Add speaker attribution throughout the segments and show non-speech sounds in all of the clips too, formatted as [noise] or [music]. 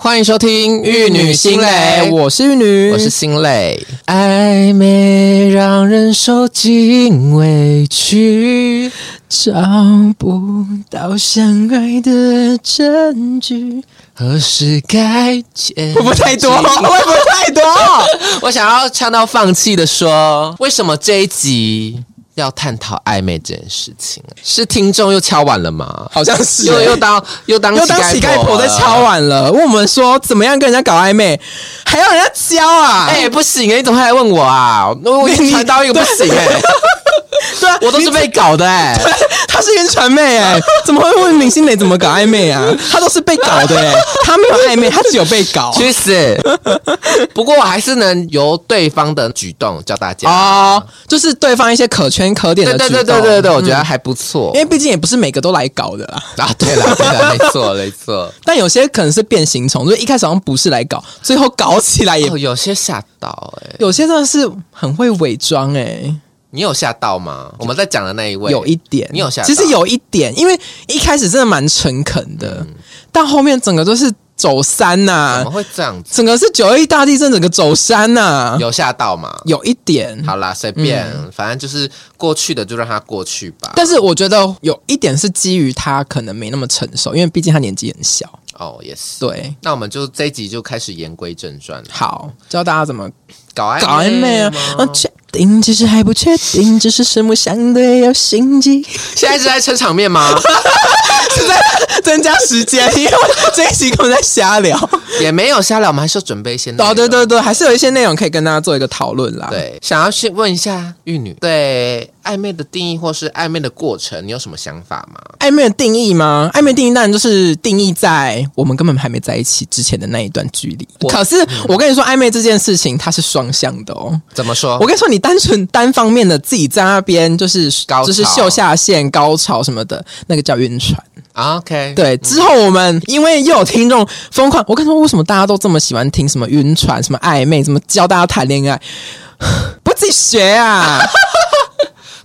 Speaker 1: 欢迎收听《玉女心蕾》，
Speaker 2: 我是玉女，
Speaker 1: 我是心蕾。
Speaker 2: 暧昧让人受尽委屈，找不到相爱的证据，何时该见？
Speaker 1: 会不会太 [laughs] 多？会不会太 [laughs] 多？我想要唱到放弃的说，为什么这一集要探讨暧昧这件事情？是听众又敲碗了吗？
Speaker 2: 好像是
Speaker 1: 又又当又当
Speaker 2: 又当乞丐婆在敲。碗了，问我们说怎么样跟人家搞暧昧，还要人家教啊？
Speaker 1: 哎、不行哎、你怎么还来问我啊？我我已经传到一个不行哎、
Speaker 2: 对啊，
Speaker 1: 我都是被搞的哎、
Speaker 2: [laughs] 他是一个传媒哎、怎么会问明星磊怎么搞暧
Speaker 1: [laughs]
Speaker 2: 昧啊？他都是被搞的哎、他没有暧昧，他只有被搞。
Speaker 1: 去死！不过我还是能由对方的举动教大家。
Speaker 2: 哦，就是对方一些可圈可点
Speaker 1: 对
Speaker 2: 的
Speaker 1: 对
Speaker 2: 举
Speaker 1: 对
Speaker 2: 动，
Speaker 1: 对对对，我觉得还不错
Speaker 2: 因。为毕竟也不是每个都来搞的啦。
Speaker 1: 啊，对
Speaker 2: [laughs]
Speaker 1: 了对了，没错没错。
Speaker 2: 但有些可能是变形虫，就是一开始好像不是来搞，最后搞起来也。
Speaker 1: 哦，有些吓到哎、
Speaker 2: 有些真的是很会伪装哎、
Speaker 1: 你有吓到吗？我们在讲的那一位
Speaker 2: 有一点，
Speaker 1: 你有吓到
Speaker 2: 其实有一点，因为一开始真的蛮诚恳的，但后面整个都是走山呐、
Speaker 1: 怎么会这样子？
Speaker 2: 整个是九一大地震，整个走山呐、
Speaker 1: 有吓到吗？
Speaker 2: 啊有一点。
Speaker 1: 好啦，随便，反正就是过去的就让它过去吧。
Speaker 2: 但是我觉得有一点是基于他可能没那么成熟，因为毕竟他年纪很小。
Speaker 1: 哦，也是。
Speaker 2: 对，
Speaker 1: 那我们就这一集就开始言归正传了，
Speaker 2: 好，教大家怎么
Speaker 1: 搞暧
Speaker 2: 搞暧昧啊
Speaker 1: 吗？！
Speaker 2: 啊，确定，其实还不确定，只是什么相对有
Speaker 1: [laughs]
Speaker 2: 心机，
Speaker 1: 现在是在撑场面
Speaker 2: [laughs]
Speaker 1: 吗？
Speaker 2: 增加时间，因为这一集我们在瞎聊。
Speaker 1: 也没有瞎聊，我们还是要准备一些内容。
Speaker 2: 哦，对对对，还是有一些内容可以跟大家做一个讨论啦。，
Speaker 1: 对，想要先问一下玉女对暧昧的定义或是暧昧的过程，你有什么想法吗？
Speaker 2: 暧昧的定义吗？暧昧定义当然就是定义在我们根本还没在一起之前的那一段距离。
Speaker 1: 我嗯
Speaker 2: 可是我跟你说，暧昧这件事情它是双向的哦。
Speaker 1: 怎么说
Speaker 2: 我？跟你说，你单纯单方面的自己在那边就是
Speaker 1: 高潮
Speaker 2: 就是秀下限、高潮什么的，那个叫晕船。
Speaker 1: 啊 OK，，
Speaker 2: 对，之后我们因为又有听众疯狂，我跟你说，为什么大家都这么喜欢听什么晕船、什么暧昧、什么教大家谈恋爱， [sighs] 不自己学啊？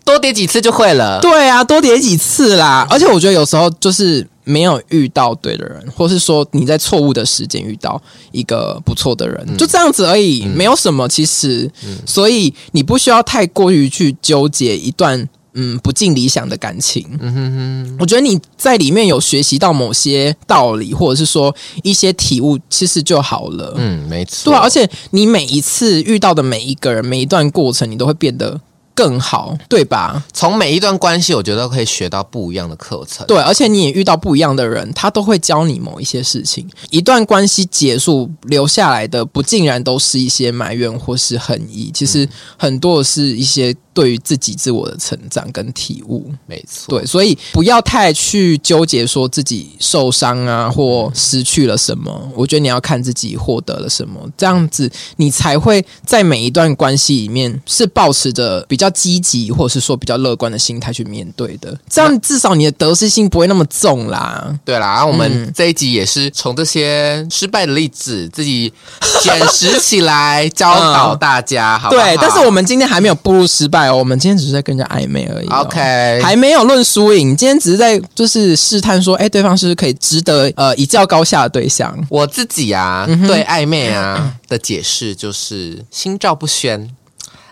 Speaker 1: 多叠几次就会了。
Speaker 2: 对啊，多叠几次啦。而且我觉得有时候就是没有遇到对的人，或是说你在错误的时间遇到一个不错的人，就这样子而已，没有什么。其实，所以你不需要太过于去纠结一段。嗯，不尽理想的感情，嗯哼哼，我觉得你在里面有学习到某些道理，或者是说一些体悟，其实就好了。
Speaker 1: 嗯，没错。
Speaker 2: 对啊，而且你每一次遇到的每一个人，每一段过程，你都会变得更好，对吧？
Speaker 1: 从每一段关系，我觉得可以学到不一样的课程。
Speaker 2: 对，而且你也遇到不一样的人，他都会教你某一些事情。一段关系结束留下来的，不尽然都是一些埋怨或是恨意，其实很多的是一些对于自己自我的成长跟体悟。
Speaker 1: 没错。
Speaker 2: 对，所以不要太去纠结说自己受伤啊或失去了什么。我觉得你要看自己获得了什么，这样子你才会在每一段关系里面是保持着比较积极或者是说比较乐观的心态去面对的。这样至少你的得失心不会那么重啦。
Speaker 1: 对啦，然后我们
Speaker 2: 嗯
Speaker 1: 这一集也是从这些失败的例子自己捡拾起
Speaker 2: [laughs]
Speaker 1: 来，教导大家，好不好
Speaker 2: 嗯对，但是我们今天还没有步入失败哦，我们今天只是在跟人家暧昧而已哦、
Speaker 1: OK
Speaker 2: 还没有论输赢，今天只是在就是试探说，哎，对方是不是可以值得呃一较高下的对象？
Speaker 1: 我自己啊，对暧昧啊的解释就是心照不宣，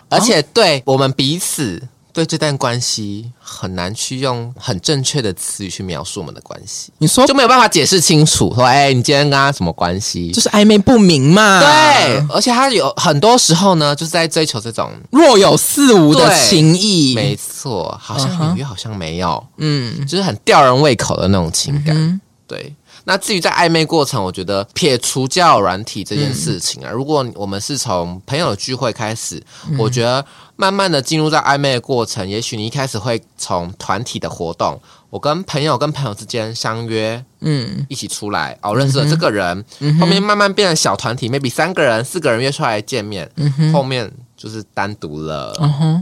Speaker 1: 而且对我们彼此对这段关系很难去用很正确的词语去描述我们的关系，
Speaker 2: 你说
Speaker 1: 就没有办法解释清楚。说，哎、你今天跟他什么关系
Speaker 2: 就？是啊暧昧不明嘛，
Speaker 1: 对，，而且他有很多时候呢，就是在追求这种，
Speaker 2: 若有似无的
Speaker 1: 对
Speaker 2: 情谊，
Speaker 1: 没错，好像有又好像没有，
Speaker 2: 嗯，
Speaker 1: 就是很吊人胃口的那种情感。对。那至于在暧昧过程，我觉得撇除交友软体这件事情啊，如果我们是从朋友聚会开始，我觉得慢慢的进入到暧昧的过程，也许你一开始会从团体的活动，我跟朋友跟朋友之间相约，
Speaker 2: 嗯，
Speaker 1: 一起出来哦，认识了这个人，后面慢慢变成小团体，maybe 三个人、四个人约出来见面，后面就是单独了，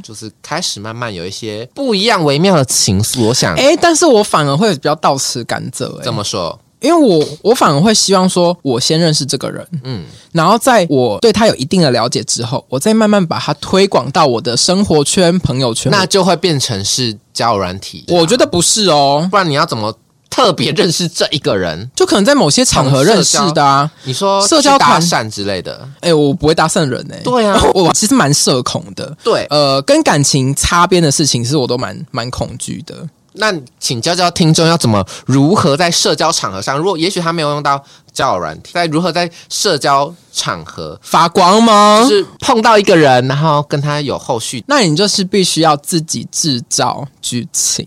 Speaker 1: 就是开始慢慢有一些不一样微妙的情愫。我想、
Speaker 2: 哎、但是我反而会比较倒吃甘蔗、诶
Speaker 1: 这嗯么说，
Speaker 2: 因为我我反而会希望说，我先认识这个人，
Speaker 1: 嗯，
Speaker 2: 然后在我对他有一定的了解之后，我再慢慢把他推广到我的生活圈、朋友圈。
Speaker 1: 那就会变成是交友软体。啊
Speaker 2: 我觉得不是哦，
Speaker 1: 不然你要怎么特别认识这一个人。
Speaker 2: 就可能在某些场合认识的啊。
Speaker 1: 你说
Speaker 2: 社交
Speaker 1: 去搭
Speaker 2: 团
Speaker 1: 讪之类的，
Speaker 2: 哎、我不会搭讪人哎、
Speaker 1: 对啊
Speaker 2: [laughs] 我其实蛮社恐的。
Speaker 1: 对
Speaker 2: 呃，跟感情擦边的事情，其实我都蛮蛮恐惧的。
Speaker 1: 那请教教听众要怎么如何在社交场合上，如果也许他没有用到交友软体，在如何在社交场合，
Speaker 2: 发光吗？
Speaker 1: 就是碰到一个人，然后跟他有后续，
Speaker 2: 那你就是必须要自己制造剧情。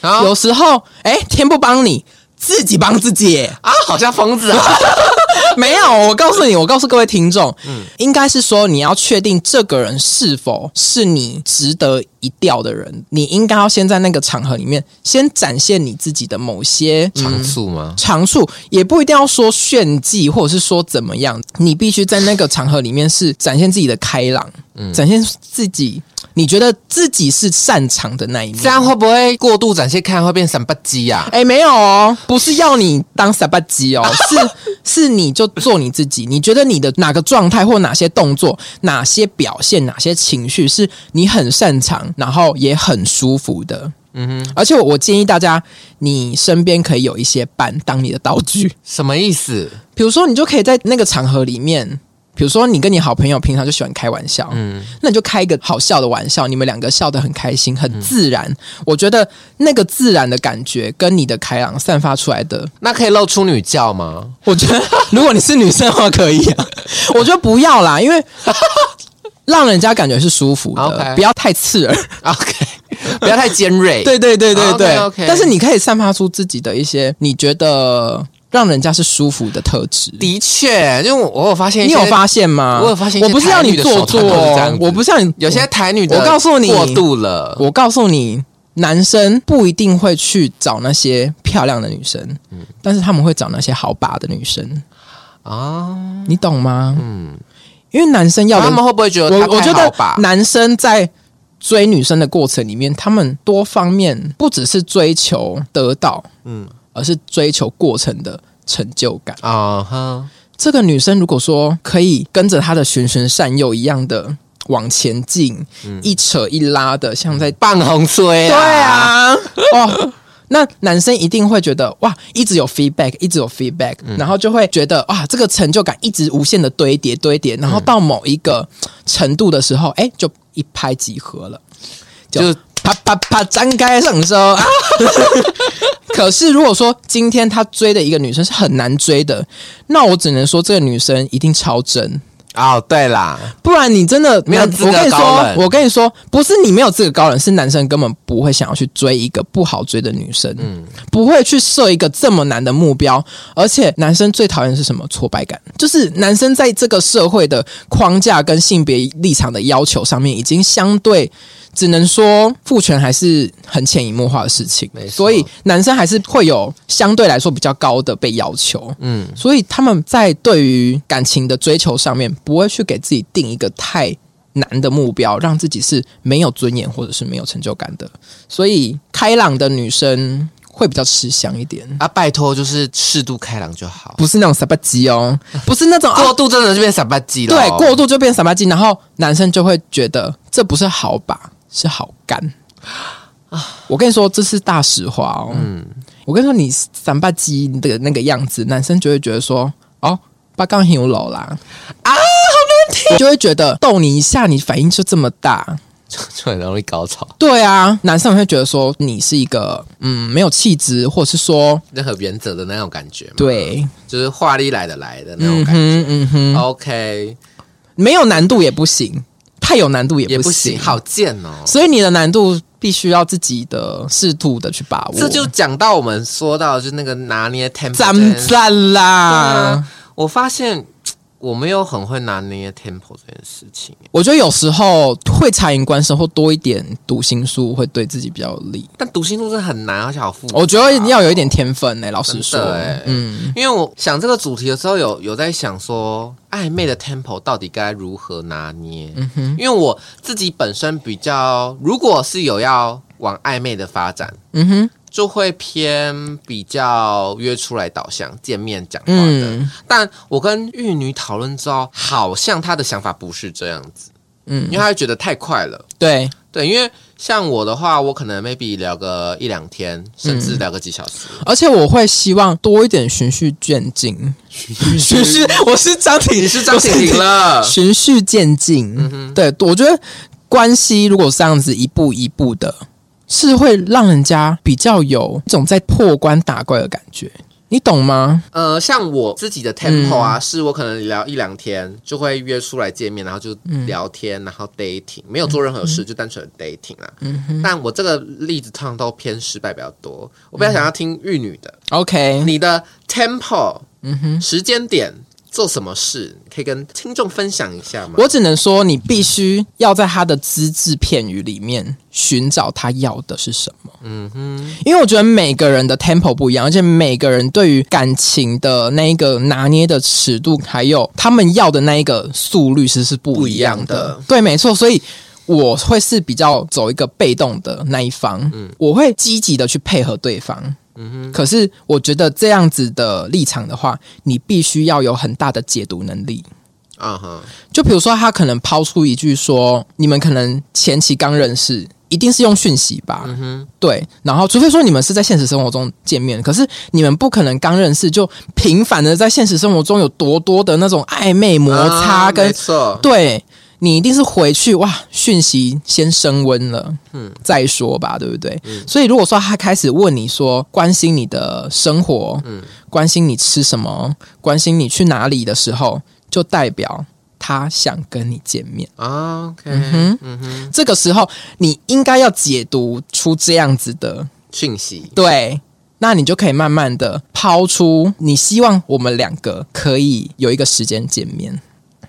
Speaker 1: 然后
Speaker 2: 有时候，哎、天不帮你，自己帮自己耶。
Speaker 1: 啊，好像疯子啊，
Speaker 2: 没有，我告诉你，我告诉各位听众，
Speaker 1: 嗯
Speaker 2: 应该是说你要确定这个人是否是你值得一调的人，你应该要先在那个场合里面先展现你自己的某些
Speaker 1: 常醋吗？
Speaker 2: 长处，也不一定要说炫技，或者是说怎么样，你必须在那个场合里面是展现自己的开朗，
Speaker 1: 嗯
Speaker 2: 展现自己，你觉得自己是擅长的那一面。
Speaker 1: 这样会不会过度展现开会变三八鸡啊呀？
Speaker 2: 哎、没有哦，不是要你当傻吧 [laughs] 唧哦，是是你就做你自己。你觉得你的哪个状态或哪些动作、哪些表现、哪些情绪是你很擅长，然后也很舒服的。嗯哼，而且我建议大家，你身边可以有一些伴当你的道具，
Speaker 1: 什么意思？
Speaker 2: 比如说你就可以在那个场合里面。比如说，你跟你好朋友平常就喜欢开玩笑，嗯，那你就开一个好笑的玩笑，你们两个笑得很开心，很自然。我觉得那个自然的感觉跟你的开朗散发出来的，
Speaker 1: 那可以露出女教吗？
Speaker 2: 我觉得如果你是女生的话可以啊，我觉得不要啦，因为 [laughs] 让人家感觉是舒服的
Speaker 1: OK
Speaker 2: 不要太刺耳。 [laughs]
Speaker 1: OK，不要太尖锐。
Speaker 2: 对对对对对
Speaker 1: OK，OK
Speaker 2: 但是你可以散发出自己的一些你觉得让人家是舒服的特质。
Speaker 1: 的确，因为我我有发现，
Speaker 2: 你有，发现吗？
Speaker 1: 我有发现一些
Speaker 2: 我不是要你做作
Speaker 1: 台女的手段都是这样
Speaker 2: 哦
Speaker 1: 子，
Speaker 2: 我不是要你
Speaker 1: 有些台女的，
Speaker 2: 我告诉你
Speaker 1: 过度了。
Speaker 2: 我告诉你，男生不一定会去找那些漂亮的女生，
Speaker 1: 嗯
Speaker 2: 但是他们会找那些好把的女生，
Speaker 1: 啊，
Speaker 2: 你懂吗？嗯，因为男哦生要
Speaker 1: 他
Speaker 2: 的，
Speaker 1: 们会不会觉得
Speaker 2: 我
Speaker 1: 他
Speaker 2: 我
Speaker 1: 太
Speaker 2: 觉
Speaker 1: 好
Speaker 2: 得
Speaker 1: 吧？
Speaker 2: 男生在。追女生的过程里面，他们多方面不只是追求得到，
Speaker 1: 嗯
Speaker 2: 嗯，而是追求过程的成就感。
Speaker 1: 啊哈，
Speaker 2: 这个女生如果说可以跟着她的循循善诱一样的往前进，一扯一拉的，像在
Speaker 1: 半红吹
Speaker 2: 嗯对，啊，哦，那男生一定会觉得哇，一直有 feedback，一直有 feedback，、然后就会觉得哇，这个成就感一直无限的堆叠堆叠，然后到某一个程度的时候，哎、就一拍即合了，
Speaker 1: 就
Speaker 2: 就啪啪啪张开双手。 [laughs] 啊可是如果说今天他追的一个女生是很难追的，那我只能说这个女生一定超真。
Speaker 1: 哦，对啦，
Speaker 2: 不然你真的
Speaker 1: 没有资格
Speaker 2: 我跟你
Speaker 1: 高冷
Speaker 2: 说，我跟你说，不是你没有资格高冷，是男生根本不会想要去追一个不好追的女生，嗯，不会去设一个这么难的目标。而且男生最讨厌的是什么？挫败感，就是男生在这个社会的框架跟性别立场的要求上面，已经相对。只能说父权还是很潜移默化的事情
Speaker 1: 没，错
Speaker 2: 所以男生还是会有相对来说比较高的被要求。
Speaker 1: 嗯，
Speaker 2: 所以他们在对于感情的追求上面，不会去给自己定一个太难的目标，让自己是没有尊严或者是没有成就感的。所以开朗的女生会比较吃香一点，
Speaker 1: 啊，拜托，就是适度开朗就好，
Speaker 2: 不是那种傻吧
Speaker 1: [laughs]
Speaker 2: 唧哦，不是那种、
Speaker 1: 过
Speaker 2: 啊、
Speaker 1: 度真的就变傻吧唧了。
Speaker 2: 对过，度就变傻吧唧，然后男生就会觉得这不是好把，是好干。我跟你说，这是大实话哦。啊嗯，我跟你说，你三八鸡的那个样子，男生就会觉得说，哦，八杠很有老啦，啊，好难听，就会觉得逗你一下，你反应就这么大。
Speaker 1: 就很容易高潮，
Speaker 2: 对啊，男生会觉得说你是一个嗯没有气质，或者是说
Speaker 1: 任何原则的那种感觉嘛，，
Speaker 2: 对，
Speaker 1: 就是话里来的来的那种
Speaker 2: 嗯
Speaker 1: 感觉。
Speaker 2: 哼嗯哼，
Speaker 1: OK，
Speaker 2: 没有难度也不行，太有难度也
Speaker 1: 也不
Speaker 2: 不
Speaker 1: 行，好贱哦。
Speaker 2: 所以你的难度必须要自己的适度的去把握，
Speaker 1: 这就讲到我们说到就是那个拿捏 tempo，
Speaker 2: 赞
Speaker 1: 这件事
Speaker 2: 赞啦。
Speaker 1: 啊，我发现我没有很会拿捏 tempo 这件事情，
Speaker 2: 我觉得有时候会察言观色或多一点读心术，会对自己比较有利。
Speaker 1: 但读心术是很难，而且好复杂。
Speaker 2: 我觉得哦要有一点天分欸呢、老实
Speaker 1: 真
Speaker 2: 说
Speaker 1: 的，哎、嗯，因为我想这个主题的时候有，有在想说暧昧的 tempo 到底该如何拿捏？嗯哼，因为我自己本身比较，如果是有要往暧昧的发展，
Speaker 2: 嗯哼，
Speaker 1: 就会偏比较约出来导向、见面讲话的。
Speaker 2: 嗯
Speaker 1: 但我跟玉女讨论之后，好像她的想法不是这样子，嗯
Speaker 2: 嗯，
Speaker 1: 因为她觉得太快了。
Speaker 2: 对，
Speaker 1: 对，因为像我的话，我可能 maybe 聊个一两天，甚
Speaker 2: 嗯
Speaker 1: 至聊个几小
Speaker 2: [laughs]
Speaker 1: 时。
Speaker 2: 而且我会希望多一点循序渐进，循序， [laughs] 我是张挺，
Speaker 1: 你是张婷婷了，
Speaker 2: 循序渐进。对，我觉得关系如果这样子一步一步的，是会让人家比较有一种在破关打怪的感觉，你懂吗？
Speaker 1: 呃，像我自己的 tempo
Speaker 2: 嗯
Speaker 1: 啊，是我可能聊一两天就会约出来见面，然后就
Speaker 2: 嗯
Speaker 1: 聊天，然后 dating，没有做任何事，就单纯的 dating 啊。
Speaker 2: 嗯
Speaker 1: 但我这个例子通常都偏失败比较多。我比较想
Speaker 2: 嗯
Speaker 1: 要听玉女的，
Speaker 2: OK，
Speaker 1: 你的 tempo，嗯哼，时间点做什么事，可以跟听众分享一下吗？
Speaker 2: 我只能说你必须要在他的只字片语里面寻找他要的是什么。
Speaker 1: 嗯哼，
Speaker 2: 因为我觉得每个人的 tempo 不一样，而且每个人对于感情的那一个拿捏的尺度，还有他们要的那一个速率是是不一样的。
Speaker 1: 不一样的
Speaker 2: 对，没错，所以。我会是比较走一个被动的那一方，
Speaker 1: 嗯
Speaker 2: 我会积极的去配合对方。可是我觉得这样子的立场的话，你必须要有很大的解读能力。
Speaker 1: 啊哈，
Speaker 2: 就比如说，他可能抛出一句说：“你们可能前期刚认识，一定是用讯息
Speaker 1: 嗯
Speaker 2: 吧？”对。然后，除非说你们是在现实生活中见面，可是你们不可能刚认识就频繁的在现实生活中有多多的那种暧昧摩
Speaker 1: 啊
Speaker 2: 擦跟、
Speaker 1: 没错，
Speaker 2: 对。你一定是回去哇，讯息先升温了，嗯，再说吧，对不对？所以如果说他开始问你说关心你的生活，嗯，关心你吃什么，关心你去哪里的时候，就代表他想跟你见面。
Speaker 1: 啊 OK，
Speaker 2: 哼
Speaker 1: 嗯哼，
Speaker 2: 这个时候你应该要解读出这样子的，
Speaker 1: 讯息，
Speaker 2: 对，那你就可以慢慢的抛出你希望我们两个可以有一个时间见面。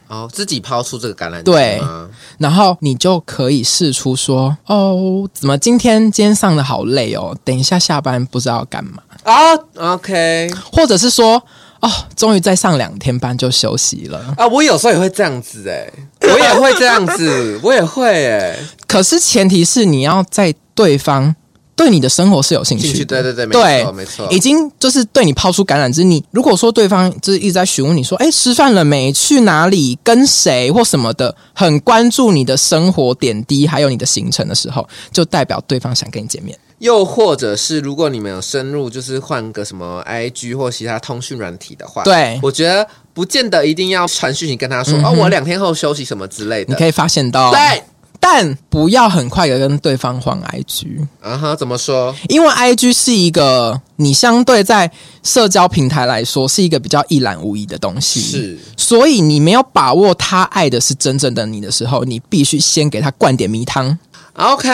Speaker 1: 哦，自己抛出这个橄榄球
Speaker 2: 对
Speaker 1: 吗
Speaker 2: 然后你就可以试出说，哦，怎么今天今天上的好累哦，等一下下班不知道要干嘛，
Speaker 1: 啊，OK
Speaker 2: 或者是说，哦，终于再上两天班就休息了。
Speaker 1: 啊，我有时候也会这样子哎、我也会这样
Speaker 2: [laughs]
Speaker 1: 子，我也会哎、
Speaker 2: 可是前提是你要在对方对你的生活是有兴
Speaker 1: 进
Speaker 2: 趣
Speaker 1: 去对
Speaker 2: 的。
Speaker 1: 对对，没
Speaker 2: 对
Speaker 1: 错没错
Speaker 2: 已，经就是对你抛出橄榄枝，你如果说对方就是一直在询问你说，哎，吃饭了没？去哪里？跟谁或什么的，很关注你的生活点滴，还有你的行程的时候，就代表对方想跟你见面。
Speaker 1: 又或者是如果你们有深入，就是换个什么 IG 或其他通讯软体的话，
Speaker 2: 对嗯
Speaker 1: 我觉得不见得一定要传讯息跟他说、哦，我两天后休息什么之类
Speaker 2: 你
Speaker 1: 的，
Speaker 2: 可以哦发现到，
Speaker 1: 呃对，
Speaker 2: 但不要很快的跟对方换 IG，
Speaker 1: 啊哈，怎么说？
Speaker 2: 因为 IG 是一个你相对在社交平台来说是一个比较一览无遗的东西，，
Speaker 1: 是
Speaker 2: 所以你没有把握他爱的是真正的你的时候，你必须先给他灌点迷汤。
Speaker 1: OK，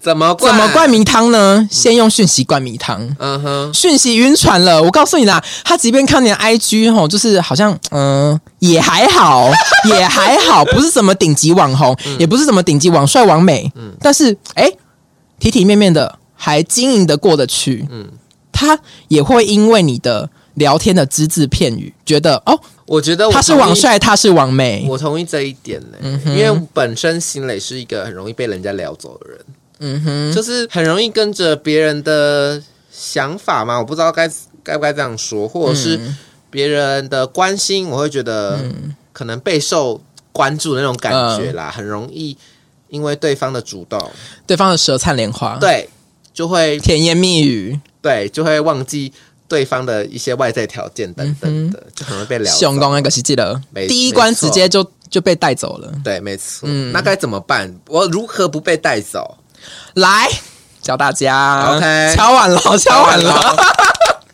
Speaker 1: 怎么
Speaker 2: 怎么灌
Speaker 1: 名？
Speaker 2: 迷汤呢？先用讯息灌迷汤。
Speaker 1: 嗯哼，
Speaker 2: 讯息晕船了，我告诉你啦，他即便看你的 IG 吼，就是好像嗯、也还
Speaker 1: [laughs]
Speaker 2: 好，也还好，不是什么顶级网红，
Speaker 1: 嗯
Speaker 2: 也不是什么顶级网帅网美，但是哎、体体面面的，还经营的过得去，嗯，他也会因为你的聊天的只字片语，觉得哦，
Speaker 1: 我觉得我
Speaker 2: 他是
Speaker 1: 同意
Speaker 2: 网帅，他是网美，
Speaker 1: 我同意这一点呢、因为本身邢磊是一个很容易被人家撩走的人，
Speaker 2: 嗯哼，
Speaker 1: 就是很容易跟着别人的想法嘛，我不知道该该不该这样说，或者是
Speaker 2: 嗯
Speaker 1: 别人的关心，我会觉得可能备受关注的那种感觉啦，很容易因为对方的主动，
Speaker 2: 对方的舌灿莲花，，
Speaker 1: 对，就会
Speaker 2: 甜言蜜语，
Speaker 1: 对就会忘记。对方的一些外在条件等等的，就很容易被撩
Speaker 2: 熊
Speaker 1: 走。
Speaker 2: 公那个是记得
Speaker 1: 没，
Speaker 2: 第一关
Speaker 1: 没错
Speaker 2: 直接就就被带走了，
Speaker 1: 对，没错。那该怎么办？我如何不被带走？
Speaker 2: 来教大家
Speaker 1: OK
Speaker 2: 敲碗了，敲碗了。
Speaker 1: 了， [laughs]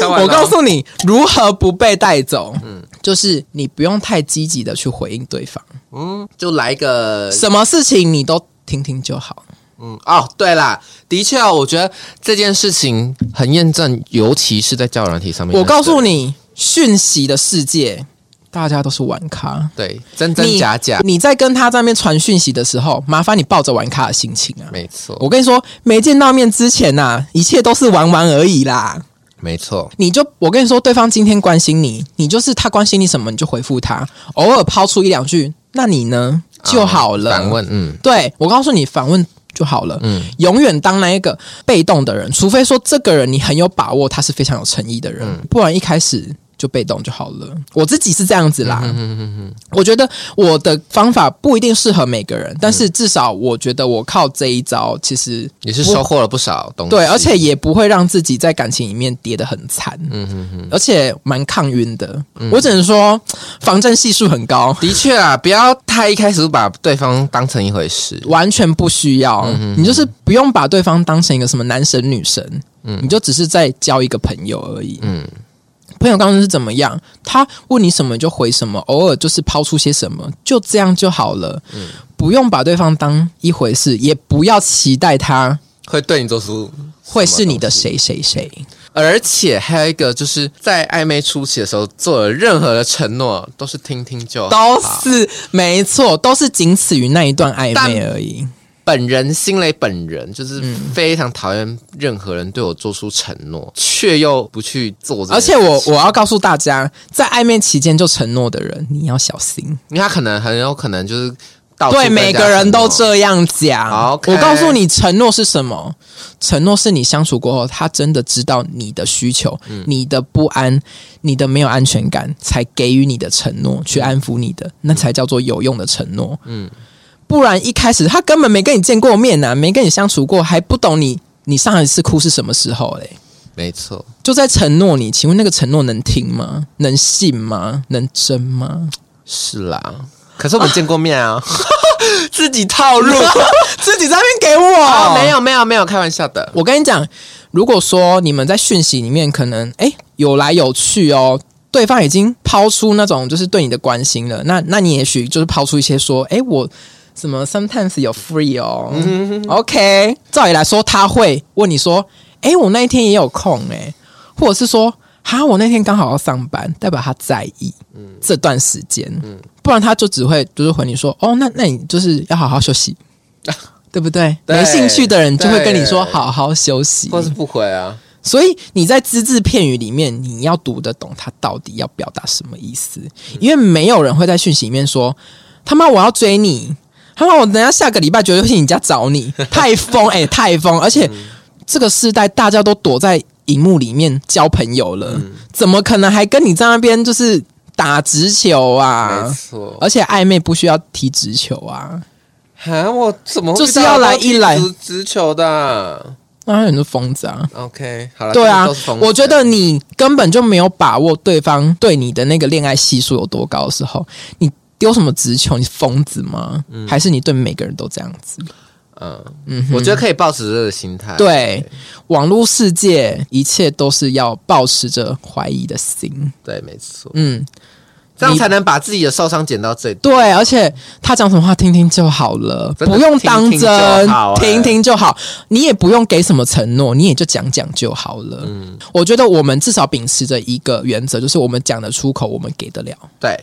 Speaker 1: 敲完了
Speaker 2: 我告诉你如何不被带走，嗯，就是你不用太积极的去回应对方，
Speaker 1: 嗯，就来一个
Speaker 2: 什么事情你都听听就好。
Speaker 1: 嗯哦，对啦，的确哦，我觉得这件事情很验证，尤其是在交友软体上面。
Speaker 2: 我告诉
Speaker 1: 你，
Speaker 2: 你，讯息的世界，大家都是玩咖。
Speaker 1: 对，真真假假，
Speaker 2: 你，你在跟他在那边传讯息的时候，麻烦你抱着玩咖的心情啊！
Speaker 1: 没错，
Speaker 2: 我跟你说，没见到面之前呐、啊一切都是玩玩而已啦。
Speaker 1: 没错，
Speaker 2: 你就我跟你说，对方今天关心你，你就是他关心你什么，你就回复他，偶尔抛出一两句，那你呢就好了。
Speaker 1: 啊反问，嗯，
Speaker 2: 对我告诉你，反问就好了。嗯，永远当那一个
Speaker 1: 嗯
Speaker 2: 被动的人，除非说这个人你很有把握，他是非常有诚意的人，不然一开始。就被动就好了。我自己是这样子啦，
Speaker 1: 嗯
Speaker 2: 我觉得我的方法不一定适合每个人，但是至少我觉得我靠这一招，其实
Speaker 1: 也是收获了不少东西。
Speaker 2: 对，而且也不会让自己在感情里面跌得很惨，
Speaker 1: 嗯
Speaker 2: 而且蛮抗晕的。我只能说防震系数很高，
Speaker 1: 的确啊，不要太一开始就把对方当成一回事。
Speaker 2: 完全不需要，
Speaker 1: 嗯
Speaker 2: 你就是不用把对方当成一个什么男神女神，你就只是在交一个朋友而已。
Speaker 1: 嗯
Speaker 2: 朋友刚刚是怎么样，他问你什么你就回什么，偶尔就是抛出些什么，就这样就好了。
Speaker 1: 嗯
Speaker 2: 不用把对方当一回事，也不要期待他
Speaker 1: 会对你做出
Speaker 2: 会是你的
Speaker 1: 什么
Speaker 2: 谁谁谁。
Speaker 1: 东西，而且还有一个就是在暧昧初期的时候做了任何的承诺都是听听就好，
Speaker 2: 都是没错，都是仅此于那一段暧昧而已。
Speaker 1: 本人心蕾本人就是非常讨厌任何人对我做出承诺，却又不去做这件
Speaker 2: 而
Speaker 1: 事
Speaker 2: 且
Speaker 1: 情。
Speaker 2: 我我要告诉大家，在暧昧期间就承诺的人，你要小心。
Speaker 1: 因为他可能很有可能就是到处
Speaker 2: 对，
Speaker 1: 跟
Speaker 2: 每
Speaker 1: 家
Speaker 2: 个人都
Speaker 1: 承诺
Speaker 2: 这样讲。
Speaker 1: 好，OK
Speaker 2: 我告诉你，承诺是什么？承诺是你相处过后，他真的知道你的需求、你的不安、你的没有安全感，才给予你的承诺，去安抚你的，那才叫做有用的承诺。嗯，不然一开始他根本没跟你见过面啊，没跟你相处过，还不懂你你上一次哭是什么时候嘞？
Speaker 1: 没错，
Speaker 2: 就在承诺你，请问那个承诺能听吗？能信吗？能真吗？
Speaker 1: 是啦。可是我们见过面啊， [laughs] 自己套路。
Speaker 2: 自己在那边给我、
Speaker 1: 哦， [laughs] 没有没有没有，开玩笑的。
Speaker 2: 我跟你讲，如果说你们在讯息里面可能哎有来有去哦，对方已经抛出那种就是对你的关心了，那那你也许就是抛出一些说，哎我。什么？Sometimes 有 free 哦、o
Speaker 1: 嗯
Speaker 2: k 照理来说，他会问你说：“哎、我那一天也有空哎、或者是说：“哈，我那天刚好要上班。”代表他在意
Speaker 1: 嗯
Speaker 2: 这段时间，不然他就只会就是回你说：“哦，那那你就是要好好休
Speaker 1: [laughs]
Speaker 2: 息，对不对？”
Speaker 1: 对
Speaker 2: 没兴趣的人就会跟你说：“
Speaker 1: 对
Speaker 2: 好。”好好休息。
Speaker 1: 或是不回啊，
Speaker 2: 所以你在只字片语里面，你要读得懂他到底要表达什么意思，因为没有人会在讯息里面说他妈我要追你，他妈我等下下个礼拜绝对去你家找你，
Speaker 1: [laughs]
Speaker 2: 太疯哎、太疯！而且这个世代大家都躲在荧幕里面交朋友了，
Speaker 1: 嗯
Speaker 2: 怎么可能还跟你在那边就是打直球
Speaker 1: 没
Speaker 2: 啊？
Speaker 1: 错。
Speaker 2: 而且暧昧不需要踢直球啊，
Speaker 1: 啊，我怎么会
Speaker 2: 就是要来一
Speaker 1: 遇
Speaker 2: 来
Speaker 1: 到直球的啊
Speaker 2: 那有很多疯子啊。
Speaker 1: ？OK，好了，
Speaker 2: 对
Speaker 1: 这
Speaker 2: 啊
Speaker 1: 都是风，险
Speaker 2: 我觉得你根本就没有把握对方对你的那个恋爱系数有多高的时候，你丢什么直球？你疯子吗？还是你对每个人都这样子？
Speaker 1: 嗯嗯，我觉得可以抱持这个心态。
Speaker 2: 对，网络世界一切都是要保持着怀疑的心。
Speaker 1: 对，没错，
Speaker 2: 嗯，
Speaker 1: 这样才能把自己的受伤减到最低。
Speaker 2: 对，而且他讲什么话听听就好了，
Speaker 1: 真的
Speaker 2: 不用当
Speaker 1: 听听就
Speaker 2: 真
Speaker 1: 好，哎
Speaker 2: 听听就好。你也不用给什么承诺，你也就讲讲就好了。
Speaker 1: 嗯
Speaker 2: 我觉得我们至少秉持着一个原则，就是我们讲得出口，我们给得了。
Speaker 1: 对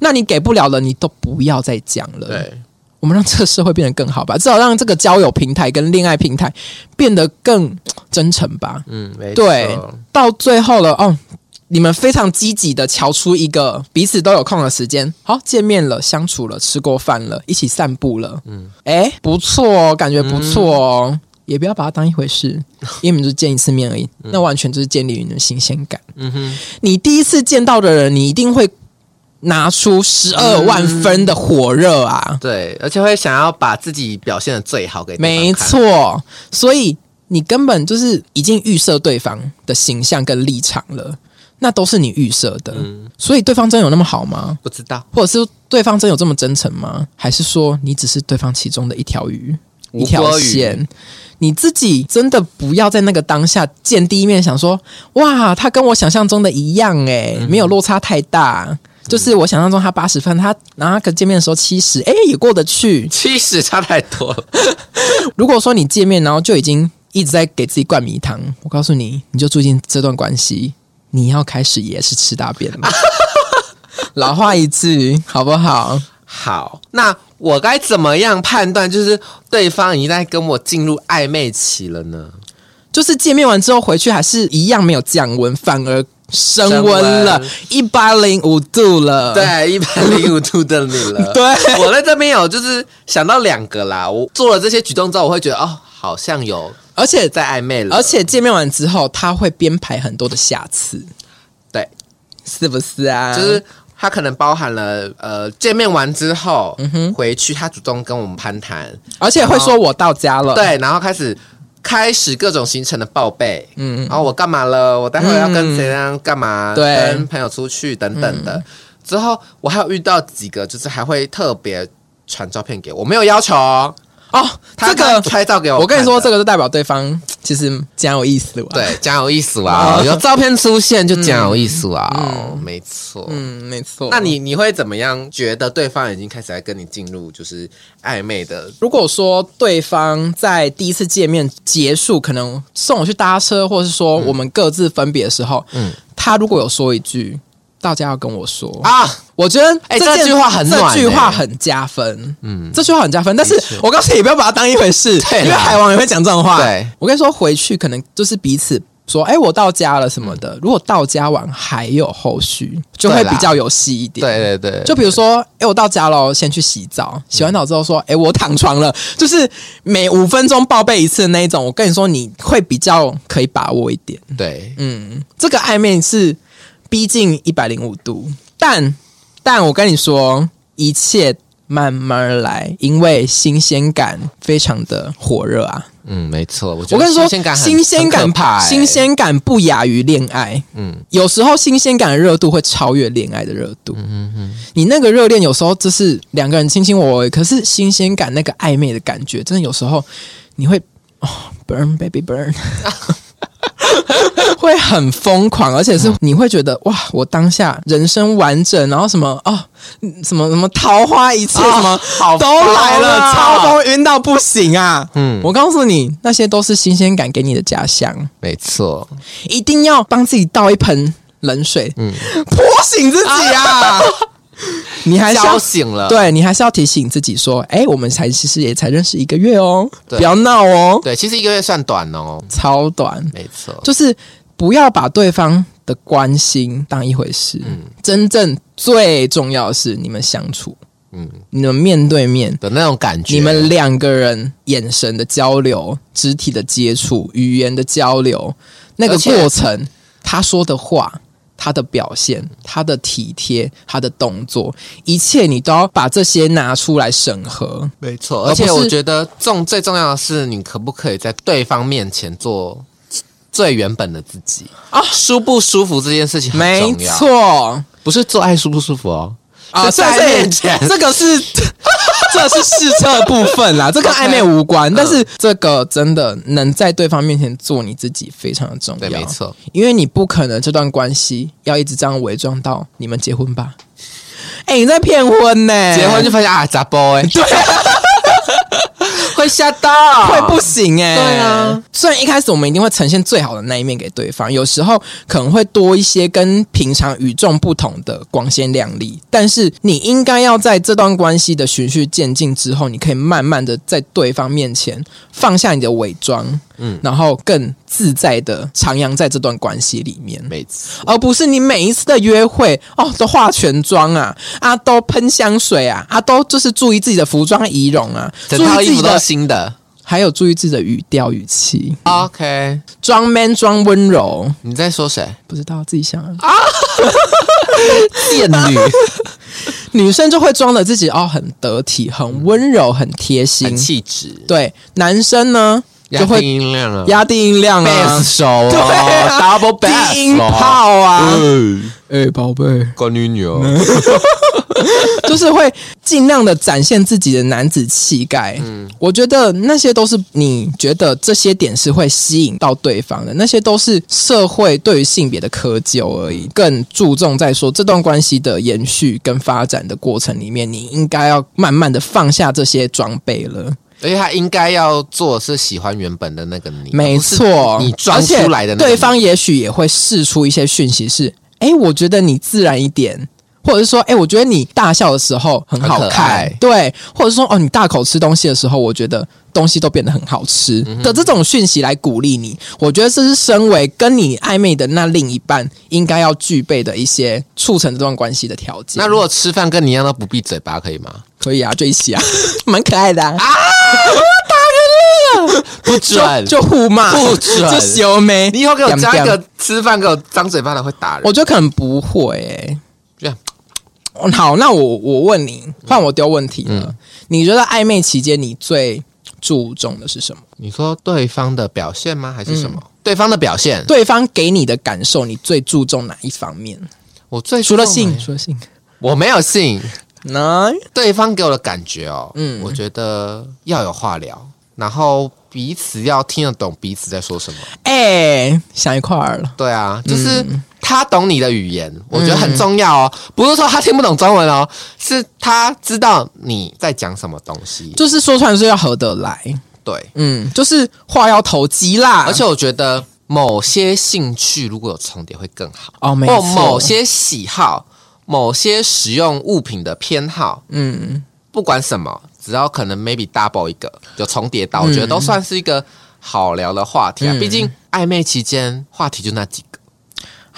Speaker 2: 那你给不了了，你都不要再讲了。，
Speaker 1: 对，
Speaker 2: 我们让这个社会变得更好吧，至少让这个交友平台跟恋爱平台变得更真诚吧。
Speaker 1: 嗯，没错。
Speaker 2: 对，到最后了哦，你们非常积极的瞧出一个彼此都有空的时间，好见面了，相处了，吃过饭了，一起散步了。嗯，哎，不错哦，感觉不错哦。也不要把它当一回事，因为你们就见一次面而已，那完全就是建立你们的新鲜感。
Speaker 1: 嗯哼，
Speaker 2: 你第一次见到的人，你一定会拿出十二万分的火热啊！
Speaker 1: 对，而且会想要把自己表现的最好给对方
Speaker 2: 没
Speaker 1: 看，
Speaker 2: 错，所以你根本就是已经预设对方的形象跟立场了，那都是你预设的。所以对方真有那么好吗？
Speaker 1: 不知道
Speaker 2: 或者是对方真有这么真诚吗？还是说你只是对方其中的一条鱼、
Speaker 1: 无
Speaker 2: 一条
Speaker 1: 锅鱼
Speaker 2: 线？你自己真的不要在那个当下见第一面想说，哇，他跟我想象中的一样诶、
Speaker 1: 嗯
Speaker 2: 没有落差太大。就是我想象中他八十分，他然后他见面的时候七十，哎，也过得去。
Speaker 1: 七十差太多了。 [laughs]
Speaker 2: 如果说你见面然后就已经一直在给自己灌迷汤，我告诉你，你就注定这段关系，你要开始也是吃大便
Speaker 1: [laughs]
Speaker 2: 了。老话一句，好不好？
Speaker 1: 好，那我该怎么样判断就是对方已经在跟我进入暧昧期了呢？
Speaker 2: 就是见面完之后回去还是一样没有降温，反而升温
Speaker 1: 温
Speaker 2: 了，一八零五度了。
Speaker 1: 对，一百零五度的你了。
Speaker 2: 呃 [laughs] 对，
Speaker 1: 我在这边有就是想到两个啦。我做了这些举动之后，我会觉得哦，好像有
Speaker 2: 而且
Speaker 1: 在暧昧了，
Speaker 2: 而且见面完之后，他会编排很多的下次。
Speaker 1: 对，
Speaker 2: 是不是啊？
Speaker 1: 就是他可能包含了呃，见面完之后，回去他主动跟我们攀谈，
Speaker 2: 而且会说我到家了，，
Speaker 1: 对，然后开始开始各种行程的报备，
Speaker 2: 嗯
Speaker 1: 嗯，然后我干嘛了，我待会要跟谁样干嘛，
Speaker 2: 对
Speaker 1: 跟朋友出去等等的。之后我还有遇到几个，就是还会特别传照片给我，我没有要求哦，
Speaker 2: 哦，
Speaker 1: 他
Speaker 2: 这
Speaker 1: 他
Speaker 2: 个
Speaker 1: 拍照给我，
Speaker 2: 我跟你说，这
Speaker 1: 个。
Speaker 2: 个就代表对方其实蛮有意思的。，
Speaker 1: 对，讲有意思哇、哦！有照片出现就讲有意思哇、哦，没错。
Speaker 2: 嗯，没错。
Speaker 1: 那你你会怎么样觉得对方已经开始在跟你进入就是暧昧的？
Speaker 2: 如果说对方在第一次见面结束，可能送我去搭车，或是说我们各自分别的时候，嗯，他如果有说一句“大家要跟我说”，
Speaker 1: 啊，
Speaker 2: 我觉得
Speaker 1: 哎
Speaker 2: 件
Speaker 1: 这句话很暖
Speaker 2: 这句话
Speaker 1: 欸
Speaker 2: 很加分，嗯，这句话很加分。但是我告诉你，不要把它当一回事，
Speaker 1: 对啦
Speaker 2: 因为海王也会讲这种话。
Speaker 1: 对，
Speaker 2: 我跟你说，回去可能就是彼此说，哎，我到家了什么的。如果到家晚还有后续，就会
Speaker 1: 嗯对啦
Speaker 2: 比较有戏一点。。
Speaker 1: 对对对，
Speaker 2: 就比如说，哎、我到家了，先去洗澡。洗完澡之后说，哎、我躺床了，就是每五分钟报备一次的那一种。我跟你说，你会比较可以把握一点。
Speaker 1: 对，
Speaker 2: 嗯，这个暧昧是逼近一百零五度，但但我跟你说，一切慢慢来，因为新鲜感非常的火热啊！
Speaker 1: 嗯，没错。我觉
Speaker 2: 我
Speaker 1: 得
Speaker 2: 跟你说，
Speaker 1: 新鲜感很
Speaker 2: 新鲜感
Speaker 1: 很可怕欸
Speaker 2: 新鲜感不亚于恋爱。
Speaker 1: 嗯
Speaker 2: 有时候新鲜感的热度会超越恋爱的热度。
Speaker 1: 嗯嗯，
Speaker 2: 你那个热恋有时候就是两个人卿卿我我，可是新鲜感那个暧昧的感觉，真的有时候你会哦，burn baby burn，会很疯狂，而且是你会觉得哇，我当下人生完整，然后什么哦，嗯什么什么桃花一切、什么
Speaker 1: 啊好啊
Speaker 2: 都来了，超
Speaker 1: 多。
Speaker 2: 疯晕到不行啊！
Speaker 1: 嗯，
Speaker 2: 我告诉你，那些都是新鲜感给你的假象，
Speaker 1: 没错，
Speaker 2: 一定要帮自己倒一盆冷水，
Speaker 1: 嗯，
Speaker 2: 泼醒自己
Speaker 1: [laughs]
Speaker 2: 啊！你还是要
Speaker 1: 叫醒了，
Speaker 2: 对你还是要提醒自己说，哎、我们才其实也才认识一个月哦，
Speaker 1: 对
Speaker 2: 不要闹哦，
Speaker 1: 对，其实一个月算短哦，
Speaker 2: 超短，
Speaker 1: 没错，
Speaker 2: 就是不要把对方的关心当一回事。
Speaker 1: 嗯
Speaker 2: 真正最重要的是你们相处，
Speaker 1: 嗯
Speaker 2: 你们面对面，
Speaker 1: 的那种感觉，
Speaker 2: 你们两个人眼神的交流、肢体的接触、语言的交流，那个
Speaker 1: 而且
Speaker 2: 过程，他说的话。他的表现、他的体贴、他的动作，一切你都要把这些拿出来审核，
Speaker 1: 没错，
Speaker 2: 而
Speaker 1: 而且
Speaker 2: 不是
Speaker 1: 我觉得重最重要的是，你可不可以在对方面前做最原本的自己啊？舒不舒服这件事情很
Speaker 2: 没
Speaker 1: 重要，
Speaker 2: 错
Speaker 1: 不是做爱舒不舒服哦，
Speaker 2: 啊，
Speaker 1: 是在
Speaker 2: 这
Speaker 1: 面前
Speaker 2: 这个是 [laughs] 这是试测部分啦，这跟
Speaker 1: OK 嗯
Speaker 2: 暧昧无关。但是这个真的能在对方面前做你自己，非常的重
Speaker 1: 对，没
Speaker 2: 要。
Speaker 1: 错，
Speaker 2: 因为你不可能这段关系要一直这样伪装到你们结婚吧？哎、你在骗婚呢、
Speaker 1: 结婚就发现啊，杂包哎，
Speaker 2: 对、
Speaker 1: 会吓到，
Speaker 2: 会不行哎、
Speaker 1: 对啊，
Speaker 2: 虽然一开始我们一定会呈现最好的那一面给对方，有时候可能会多一些跟平常与众不同的光鲜亮丽，但是你应该要在这段关系的循序渐进之后，你可以慢慢的在对方面前
Speaker 1: 嗯
Speaker 2: 放下你的伪装，嗯，然后更自在的徜徉在这段关系里面。
Speaker 1: 没错，
Speaker 2: 而不是你每一次的约会哦都化全妆啊啊都喷香水啊啊都就是注意自己的服装仪容啊，
Speaker 1: 整
Speaker 2: 注
Speaker 1: 套
Speaker 2: 意自
Speaker 1: 衣服
Speaker 2: 己
Speaker 1: 都是
Speaker 2: 的
Speaker 1: 新的。
Speaker 2: 还有注意自己的语调语气，
Speaker 1: OK，
Speaker 2: 装 man 装温柔，
Speaker 1: 你在说谁？
Speaker 2: 不知道自己想啊。
Speaker 1: 艳女，
Speaker 2: 女生就会装的自己哦，很得体、很温柔、很贴心
Speaker 1: 很。气质，
Speaker 2: 对，男生呢
Speaker 1: 就
Speaker 2: 就
Speaker 1: 会
Speaker 2: 会
Speaker 1: 音量啊，
Speaker 2: 压低音量啊
Speaker 1: bass，手哦
Speaker 2: [laughs] 对啊
Speaker 1: ，double
Speaker 2: 低音
Speaker 1: bass 哦
Speaker 2: 炮啊。
Speaker 1: 嗯，
Speaker 2: 哎、宝贝，
Speaker 1: 干女女哦，
Speaker 2: [laughs] 就是会尽量的展现自己的男子气概。嗯，我觉得那些都是你觉得这些点是会吸引到对方的，那些都是社会对于性别的窠臼而已。更注重在说这段关系的延续跟发展的过程里面，你应该要慢慢的放下这些装备了。
Speaker 1: 而且他应该要做的是喜欢原本的那个你，
Speaker 2: 没错，
Speaker 1: 不是你装出来的
Speaker 2: 而
Speaker 1: 那个
Speaker 2: 且对方也许也会释出一些讯息是：哎、我觉得你自然一点。或者是说，哎、我觉得你大笑的时候很好
Speaker 1: 很可
Speaker 2: 看
Speaker 1: 爱，
Speaker 2: 对，或者说，哦，你大口吃东西的时候，我觉得东西都变得很好吃、
Speaker 1: 嗯
Speaker 2: 的这种讯息来鼓励你，我觉得这是身为跟你暧昧的那另一半应该要具备的一些促成这段关系的条件。
Speaker 1: 那如果吃饭跟你一样都不闭嘴巴，可以吗？
Speaker 2: [laughs] 可以啊，就一起啊，蛮可爱的啊。啊
Speaker 1: 不准
Speaker 2: 就互骂，
Speaker 1: 不准
Speaker 2: 就修眉。
Speaker 1: 你以后给我加一
Speaker 2: 点
Speaker 1: 个
Speaker 2: 点，
Speaker 1: 吃饭给我张嘴巴的会打人。
Speaker 2: 我觉得可能不会欸诶、
Speaker 1: 这样
Speaker 2: 好，那我我问你，换我丢问题了。
Speaker 1: 嗯
Speaker 2: 你觉得暧昧期间你最注重的是什么？
Speaker 1: 你说对方的表现吗？还是什么？对方的表现，
Speaker 2: 对方给你的感受，你最注重哪一方面？
Speaker 1: 我最
Speaker 2: 除了
Speaker 1: 重
Speaker 2: 性，
Speaker 1: 的
Speaker 2: 除了性，
Speaker 1: 我没有性。
Speaker 2: [laughs] 那
Speaker 1: 对方给我的感觉哦，
Speaker 2: 嗯
Speaker 1: 嗯，我觉得要有话聊，然后彼此要听得懂彼此在说什么。
Speaker 2: 哎、想一块儿了。
Speaker 1: 对啊，就是他懂你的语言，
Speaker 2: 嗯
Speaker 1: 我觉得很重要哦。不是说他听不懂中文哦，是他知道你在讲什么东西。
Speaker 2: 就是说穿是要合得来，
Speaker 1: 对，
Speaker 2: 嗯，就是话要投机啦，
Speaker 1: 而且我觉得某些兴趣如果有重叠会更好，
Speaker 2: 哦，没
Speaker 1: 或
Speaker 2: 错，
Speaker 1: 某些喜好、某些使用物品的偏好，
Speaker 2: 嗯，
Speaker 1: 不管什么，只要可能 maybe double 一个有重叠到，我觉得都算是一个好聊的话题啊。
Speaker 2: 嗯
Speaker 1: 毕竟暧昧期间话题就那几个。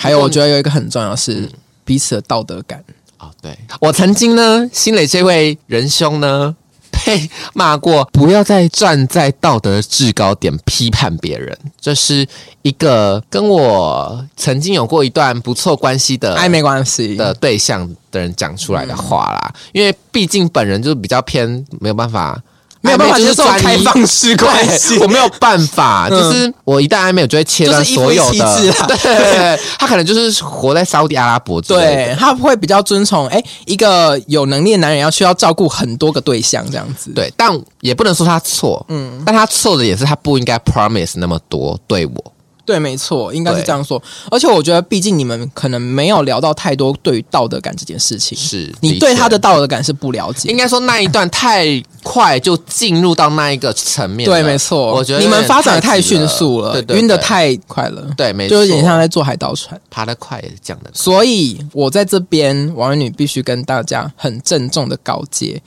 Speaker 2: 还
Speaker 1: 嗯
Speaker 2: 有我觉得有一个很重要的是彼此的道德感，
Speaker 1: 哦，对，我曾经呢，新磊这位仁兄呢， [laughs] 被骂过，不要再站在道德制高点批判别人。这是一个跟我曾经有过一段不错关系的
Speaker 2: 暧昧关系
Speaker 1: 呃的对象的人讲出来的话啦，因为毕竟本人就是比较偏没有办法。
Speaker 2: 没有办法
Speaker 1: 暧昧就是
Speaker 2: 接受
Speaker 1: 专一
Speaker 2: 开放式关系
Speaker 1: 对我没有办法，
Speaker 2: 嗯
Speaker 1: 就是我一旦暧昧，我就会切断
Speaker 2: 就是一夫
Speaker 1: 所有
Speaker 2: 一妻
Speaker 1: 的
Speaker 2: 制啦。啊
Speaker 1: 对对， [laughs] 对他可能就是活在沙地阿拉伯之类的
Speaker 2: 对，他会比较遵从，哎、一个有能力的男人要需要照顾很多个对象这样子，，
Speaker 1: 对，但也不能说他错，嗯，但他错的也是他不应该 promise 那么多对我，
Speaker 2: 对，没错，应该是这样说。而且我觉得，毕竟你们可能没有聊到太多对于道德感这件事情，
Speaker 1: 是
Speaker 2: 你对他的
Speaker 1: 确
Speaker 2: 道德感是不了解
Speaker 1: 应。该说那一段太快就进入到那一个层面了，
Speaker 2: 对，没错，
Speaker 1: 我觉得
Speaker 2: 你们发展的太
Speaker 1: 急了
Speaker 2: 迅速了，
Speaker 1: 对对，
Speaker 2: 晕的
Speaker 1: 对
Speaker 2: 太快了，
Speaker 1: 对，没错，
Speaker 2: 就有点像在坐海盗船。
Speaker 1: 爬得快也是这样的，
Speaker 2: 所以我在这边，王文女必须跟大家很郑重的告诫，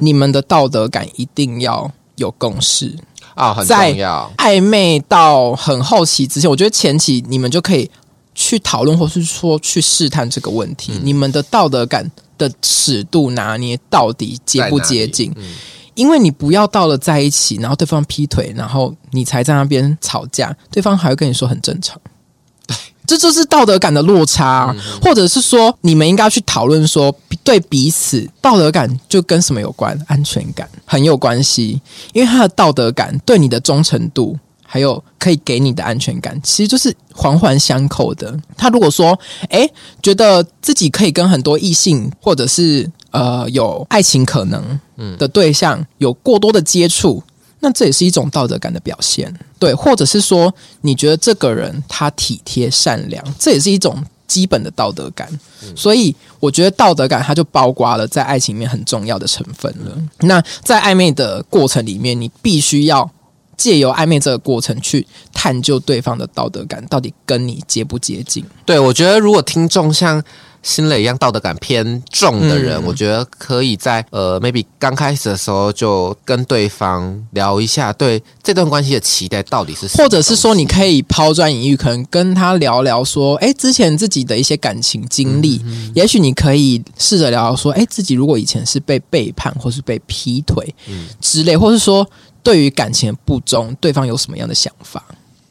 Speaker 2: 你们的道德感一定要有共识。
Speaker 1: 啊、很
Speaker 2: 在
Speaker 1: 重要，
Speaker 2: 暧昧到很后期之前，我觉得前期你们就可以去讨论，或是说去试探这个问题，
Speaker 1: 嗯
Speaker 2: 你们的道德感的尺度拿捏到底接不接近
Speaker 1: 在？哪里？嗯
Speaker 2: 因为你不要到了在一起，然后对方劈腿，然后你才在那边吵架，对方还会跟你说很正常。这就是道德感的落差啊、或者是说，你们应该去讨论说，对彼此道德感就跟什么有关？安全感很有关系，因为他的道德感对你的忠诚度，还有可以给你的安全感，其实就是环环相扣的。他如果说，诶，觉得自己可以跟很多异性，或者是呃有爱情可能的对象有过多的接触，那这也是一种道德感的表现，对，或者是说你觉得这个人他体贴善良，这也是一种基本的道德感。所以我觉得道德感它就包括了在爱情里面很重要的成分了。那在暧昧的过程里面，你必须要借由暧昧这个过程去探究对方的道德感到底跟你接不接近。
Speaker 1: 对，我觉得如果听众像新磊一样道德感偏重的
Speaker 2: 嗯
Speaker 1: 人，我觉得可以在呃 maybe 刚开始的时候就跟对方聊一下对这段关系的期待到底是什么
Speaker 2: 或者是说，你
Speaker 1: 东西
Speaker 2: 可以抛砖引玉，可能跟他聊聊说，哎，之前自己的一些感情经历，也许你可以试着聊聊说，哎，自己如果以前是被背叛或是被劈腿、之类，或是说对于感情的不忠，对方有什么样的想法？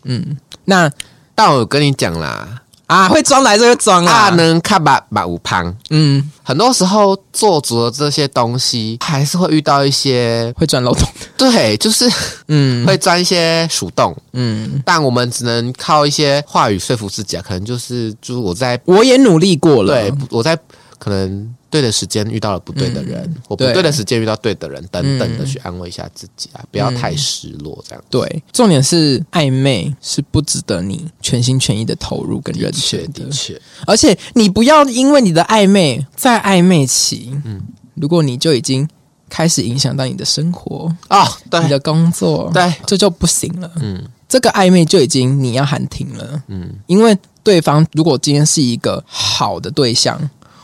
Speaker 2: 嗯，那
Speaker 1: 但我跟你讲啦，
Speaker 2: 啊，会装来这个装
Speaker 1: 啊
Speaker 2: 啊，
Speaker 1: 能看吧吧五旁，
Speaker 2: 嗯，
Speaker 1: 很多时候做足了这些东西，还是会遇到一些
Speaker 2: 会钻漏洞，
Speaker 1: 对，就是
Speaker 2: [laughs] 嗯
Speaker 1: 会钻一些鼠洞。
Speaker 2: 嗯，
Speaker 1: 但我们只能靠一些话语说服自己啊，可能就是就是我在
Speaker 2: 我也努力过了，
Speaker 1: 对，我在可能对的时间遇到了不对的人，我不
Speaker 2: 嗯对嗯
Speaker 1: 对的时间遇到对的人，等等的去安慰一下自己啊，不要太失落这样。
Speaker 2: 对，重点是暧昧是不值得你全心全意的投入跟认
Speaker 1: 的确，
Speaker 2: 真
Speaker 1: 的
Speaker 2: 的。
Speaker 1: 确，
Speaker 2: 而且你不要因为你的暧昧在暧昧期，嗯，如果你就已经开始影响到你的生活、
Speaker 1: 哦，对
Speaker 2: 你，的工作，
Speaker 1: 对
Speaker 2: 这就不行了。
Speaker 1: 嗯
Speaker 2: 这个暧昧就已经你要喊停了，
Speaker 1: 嗯，
Speaker 2: 因为对方如果今天是一个好的对象，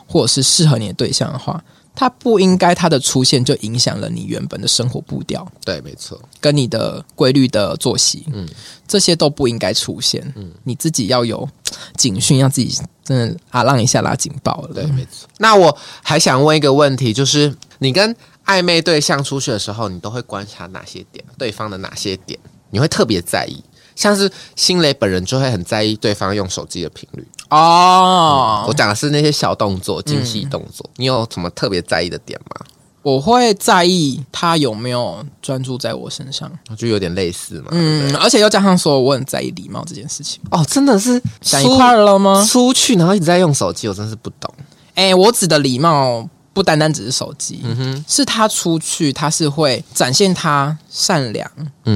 Speaker 2: 或者是适合你的对象的话，他不应该他的出现就影响了你原本的生活步调。
Speaker 1: 对，没错，
Speaker 2: 跟你的规律的作息，嗯
Speaker 1: 嗯，
Speaker 2: 这些都不应该出现，嗯，你自己要有警讯，让自己真的啊浪一下拉警报了，
Speaker 1: 对，没错。那我还想问一个问题，就是你跟暧昧对象出去的时候，你都会观察哪些点，对方的哪些点，你会特别在意。像是新蕾本人就会很在意对方用手机的频率。
Speaker 2: 哦，
Speaker 1: 我讲的是那些小动作、精细动作，你有什么特别在意的点吗？
Speaker 2: 我会在意他有没有专注在我身上。
Speaker 1: 就有点类似嘛。
Speaker 2: 嗯，而且又加上说我很在意礼貌这件事情。
Speaker 1: 哦，真的是
Speaker 2: 讲一块了 [laughs] 吗？
Speaker 1: 出去然后一直在用手机，我真是不懂。
Speaker 2: 哎、我指的礼貌不单单只是手机，是他出去，他是会展现他善良、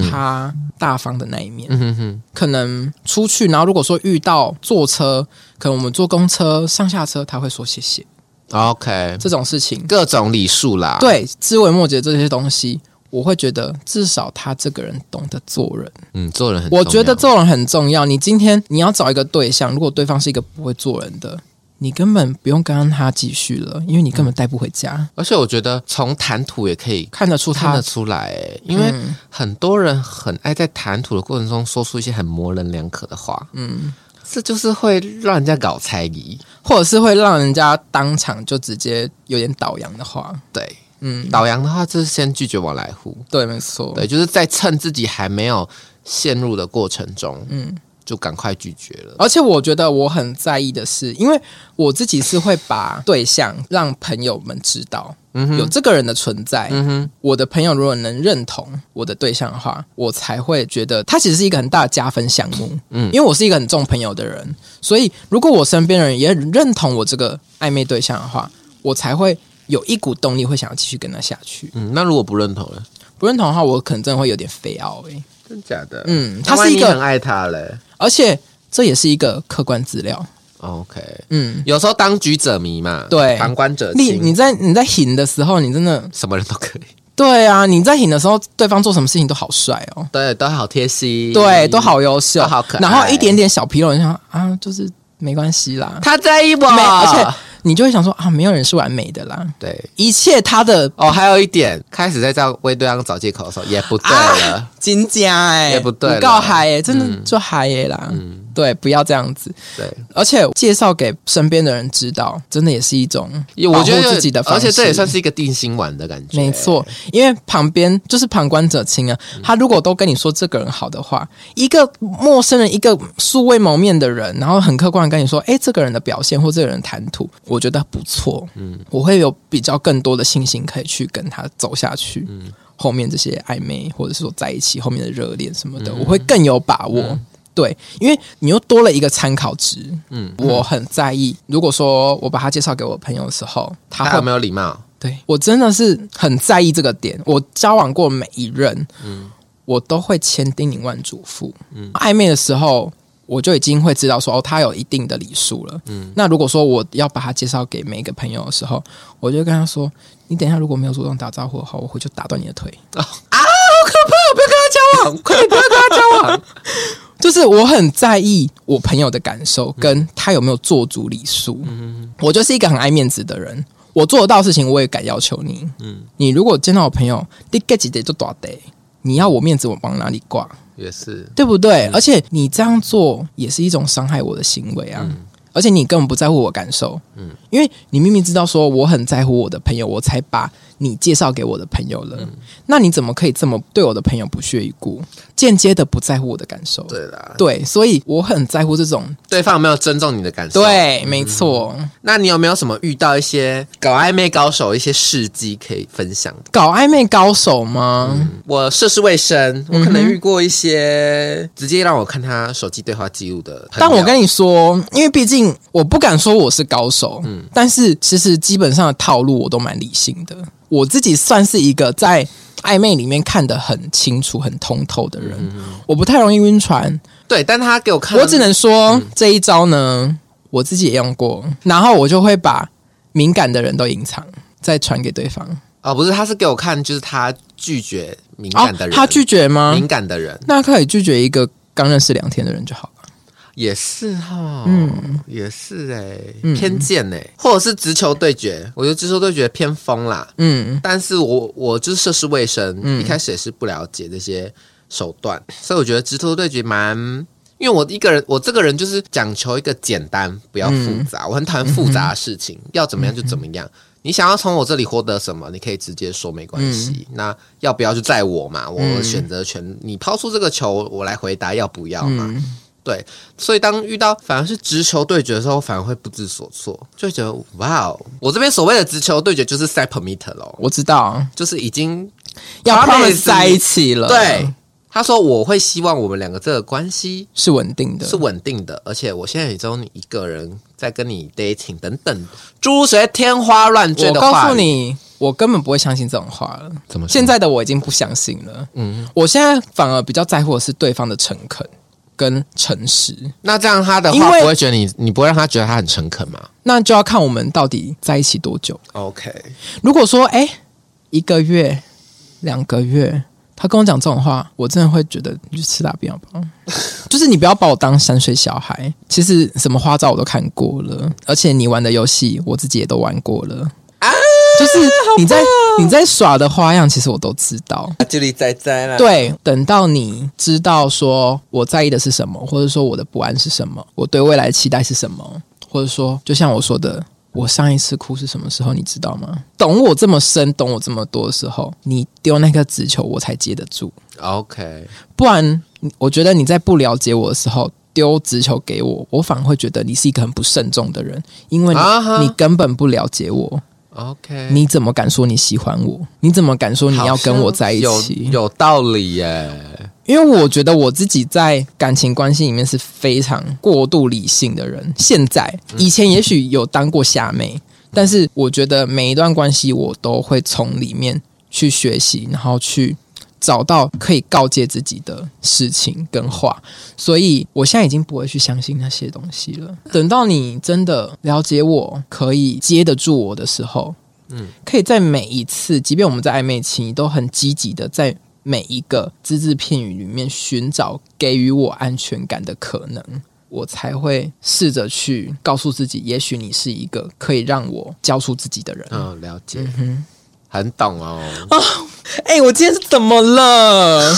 Speaker 2: 他大方的那一面。
Speaker 1: 嗯哼哼，
Speaker 2: 可能出去，然后如果说遇到坐车，可能我们坐公车上下车，他会说谢谢
Speaker 1: OK，
Speaker 2: 这种事情。
Speaker 1: 各种礼数啦。，
Speaker 2: 对，枝微末节这些东西，我会觉得至少他这个人懂得做人。
Speaker 1: 嗯，做人很重要，
Speaker 2: 我觉得做人很重要。你今天你要找一个对象，如果对方是一个不会做人的，你根本不用跟他继续了，因为你根本带不回家。
Speaker 1: 而且我觉得从谈吐也可以
Speaker 2: 看得出
Speaker 1: 看
Speaker 2: 他嗯
Speaker 1: 得出来、欸因为很多人很爱在谈吐的过程中说出一些很模棱两可的话，嗯，这就是会让人家搞猜疑。
Speaker 2: 或者是会让人家当场就直接有点倒洋的话。
Speaker 1: 对，
Speaker 2: 嗯，
Speaker 1: 导阳的话就是先拒绝往来户，
Speaker 2: 对，没错。
Speaker 1: 对，就是在趁自己还没有陷入的过程中，
Speaker 2: 嗯
Speaker 1: 嗯，就赶快拒绝了。
Speaker 2: 而且我觉得我很在意的是，因为我自己是会把对象让朋友们知道。
Speaker 1: 嗯
Speaker 2: 有这个人的存在，我的朋友如果能认同我的对象的话，我才会觉得他其实是一个很大的加分项目。嗯，因为我是一个很重朋友的人，所以如果我身边的人也认同我这个暧昧对象的话，我才会有一股动力会想要继续跟他下去。
Speaker 1: 嗯，那如果不认同呢？
Speaker 2: 不认同的话，我可能真的会有点飞傲哎、欸
Speaker 1: 真假的？
Speaker 2: 嗯，
Speaker 1: 那
Speaker 2: 它
Speaker 1: 万
Speaker 2: 是
Speaker 1: 一
Speaker 2: 一
Speaker 1: 你
Speaker 2: 个
Speaker 1: 很，爱他嘞。
Speaker 2: 而且这也是一个客观资料。
Speaker 1: 哦 OK，
Speaker 2: 嗯，
Speaker 1: 有时候当局者迷嘛，
Speaker 2: 对
Speaker 1: 旁观者
Speaker 2: 你
Speaker 1: 清，
Speaker 2: 你在你在hinge 的时候，你真的
Speaker 1: 什么人都可以，
Speaker 2: 对啊，你在 hinge 的时候，对方做什么事情都好帅哦，
Speaker 1: 对，都好贴心，
Speaker 2: 对，都。好优秀，
Speaker 1: 都好可爱
Speaker 2: 然后一点点小纰漏，你想啊，就是没关系啦，
Speaker 1: 他在意我，
Speaker 2: [laughs] 没，而且你就会想说啊，没有人是完美的啦，
Speaker 1: 对
Speaker 2: 一切他的
Speaker 1: 哦，还有一点，开始在这样为对方找借口的时候也不对了，
Speaker 2: 啊金家哎、
Speaker 1: 也不对了嗯
Speaker 2: 告嗨、欸，真的就嗨、欸、啦，对，不要这样子，
Speaker 1: 对，
Speaker 2: 而且介绍给身边的人知道，真的也是一种
Speaker 1: 也
Speaker 2: 保
Speaker 1: 我
Speaker 2: 护
Speaker 1: 觉得
Speaker 2: 自己的方
Speaker 1: 而
Speaker 2: 式，
Speaker 1: 且这也算是一个定心丸的感觉，
Speaker 2: 没错，因为旁边就是旁观者清啊。他如果都跟你说这个人好的话，一个陌生人，一个素未谋面的人，然后很客观地跟你说，哎，这个人的表现或这个人的谈吐，我觉得不错，嗯，我会有比较更多的信心可以去跟他走下去，嗯，后面这些暧昧或者是说在一起后面的热恋什么的，我会更有把握。对，因为你又多了一个参考值。嗯
Speaker 1: 嗯，
Speaker 2: 我很在意。如果说我把他介绍给我朋友的时候，他
Speaker 1: 他
Speaker 2: 会
Speaker 1: 有没有礼貌？
Speaker 2: 对我真的是很在意这个点。我交往过每一任，我都会千叮咛万嘱咐。暧昧的时候，我就已经会知道说，哦，他有一定的礼数了。
Speaker 1: 嗯
Speaker 2: 那如果说我要把他介绍给每一个朋友的时候，我就跟他说：“你等一下，如果没有主动打招呼的话，我回去打断你
Speaker 1: [laughs]
Speaker 2: 的腿。
Speaker 1: 啊交往，快点不要跟他交往。
Speaker 2: [laughs] 就是我很在意我朋友的感受，跟他有没有做足礼数。
Speaker 1: 嗯
Speaker 2: 我就是一个很爱面子的人，我做得到的事情我也敢要求你。你如果见到我朋友，你 get 几 day 就多 day，你要我面子，我往哪里挂，
Speaker 1: 也是，
Speaker 2: 对不对？而且你这样做也是一种伤害我的行为啊。而且你根本不在乎我感受，嗯，因为你明明知道说我很在乎我的朋友，我才把你介绍给我的朋友了。那你怎么可以这么对我的朋友不屑一顾，间接的不在乎我的感受？
Speaker 1: 对啦，
Speaker 2: 对，所以我很在乎这种。
Speaker 1: 对方有没有尊重你的感受？，
Speaker 2: 对，没错，
Speaker 1: 那你有没有什么遇到一些搞暧昧高手一些事迹可以分享的？
Speaker 2: 搞暧昧高手吗？
Speaker 1: 我涉世未深，我可能遇过一些直接让我看他手机对话记录的朋友。
Speaker 2: 但我跟你说，因为毕竟我不敢说我是高手，
Speaker 1: 嗯
Speaker 2: 但是其实基本上的套路我都蛮理性的。我自己算是一个在暧昧里面看得很清楚、很通透的人，
Speaker 1: 嗯
Speaker 2: 我不太容易晕船。
Speaker 1: 对，但他给我看，
Speaker 2: 我只能说、这一招呢，我自己也用过，然后我就会把敏感的人都隐藏，再传给对方。
Speaker 1: 哦，不是，他是给我看，就是他拒绝敏感的人，
Speaker 2: 哦他拒啊绝吗？
Speaker 1: 敏感的人
Speaker 2: 那可以拒绝一个刚认识两天的人就好了。
Speaker 1: 也是哈，嗯，也是哎、
Speaker 2: 嗯
Speaker 1: 偏见哎、或者是直球对决，我觉得直球对决偏锋啦，
Speaker 2: 嗯，
Speaker 1: 但是我我就是涉世未深，一开始也是不了解这些手段，所以我觉得直球对决蛮。因为我一个人，我这个人就是讲求一个简单，不要复杂。我很讨厌复杂的事情，要怎么样就怎么样。你想要从我这里获得什么，你可以直接说，没关系。那要不要就在我嘛，我的选择权，你抛出这个球，我来回答要不要
Speaker 2: 嗯
Speaker 1: 嘛。对，所以当遇到反而是直球对决的时候，反而会不知所措，就会觉得哇哦，我这边所谓的直球对决就是 set perimeter 咯，
Speaker 2: 我知道
Speaker 1: 就是已经
Speaker 2: 要
Speaker 1: Promise
Speaker 2: promise 在一起了，
Speaker 1: 对，他说我会希望我们两个这个关系
Speaker 2: 是稳定的，
Speaker 1: 是稳定的，而且我现在也只有你一个人在跟你 dating 等等诸学天花乱坠
Speaker 2: 我
Speaker 1: 的
Speaker 2: 告
Speaker 1: 话嗯
Speaker 2: 诉，你，我根本不会相信这种话了。
Speaker 1: 怎么说
Speaker 2: 现在的我已经不相信了。嗯，我现在反而比较在乎的是对方的诚恳跟诚实。
Speaker 1: 那这样他的
Speaker 2: 因
Speaker 1: 话
Speaker 2: 为
Speaker 1: 不会觉得你你不会让他觉得他很诚恳吗
Speaker 2: 那就要看我们到底在一起多久。
Speaker 1: ？OK，
Speaker 2: 如果说哎、诶一个月、两个月，他跟我讲这种话，我真的会觉得你去吃大便好 [laughs] 不好？就是你不要把我当山水小孩。其实什么花招我都看过了，而且你玩的游戏我自己也都玩过了。就是你在你在耍的花样，其实我都知道。
Speaker 1: 这里仔仔啦，
Speaker 2: 对，等到你知道说我在意的是什么，或者说我的不安是什么，我对未来的期待是什么，或者说，就像我说的，我上一次哭是什么时候，你知道吗？懂我这么深，懂我这么多的时候，你丢那颗直球，我才接得住。
Speaker 1: ，OK，
Speaker 2: 不然，你我觉得你在不了解我的时候丢直球给我，我反而会觉得你是一个很不慎重的人，因为你、
Speaker 1: 啊哈嗯
Speaker 2: 你根本不了解我，
Speaker 1: OK，
Speaker 2: 你怎么敢说你喜欢我？你怎么敢说你要跟我在一
Speaker 1: 好像
Speaker 2: 起？
Speaker 1: 有有道理耶。
Speaker 2: 因为我觉得我自己在感情关系里面是非常过度理性的人。现在以前也许有当过虾妹，但是我觉得每一段关系我都会从里面去学习，然后去找到可以告诫自己的事情跟话。所以我现在已经不会去相信那些东西了。等到你真的了解我，可以接得住我的时候，嗯，可以在每一次，即便我们在暧昧期，你都很积极的在每一个只字片语里面寻找给予我安全感的可能。我才会试着去告诉自己，也许你是一个可以让我交出自己的人。
Speaker 1: 嗯，了解，很懂哦，
Speaker 2: 哎、我今天是怎么了？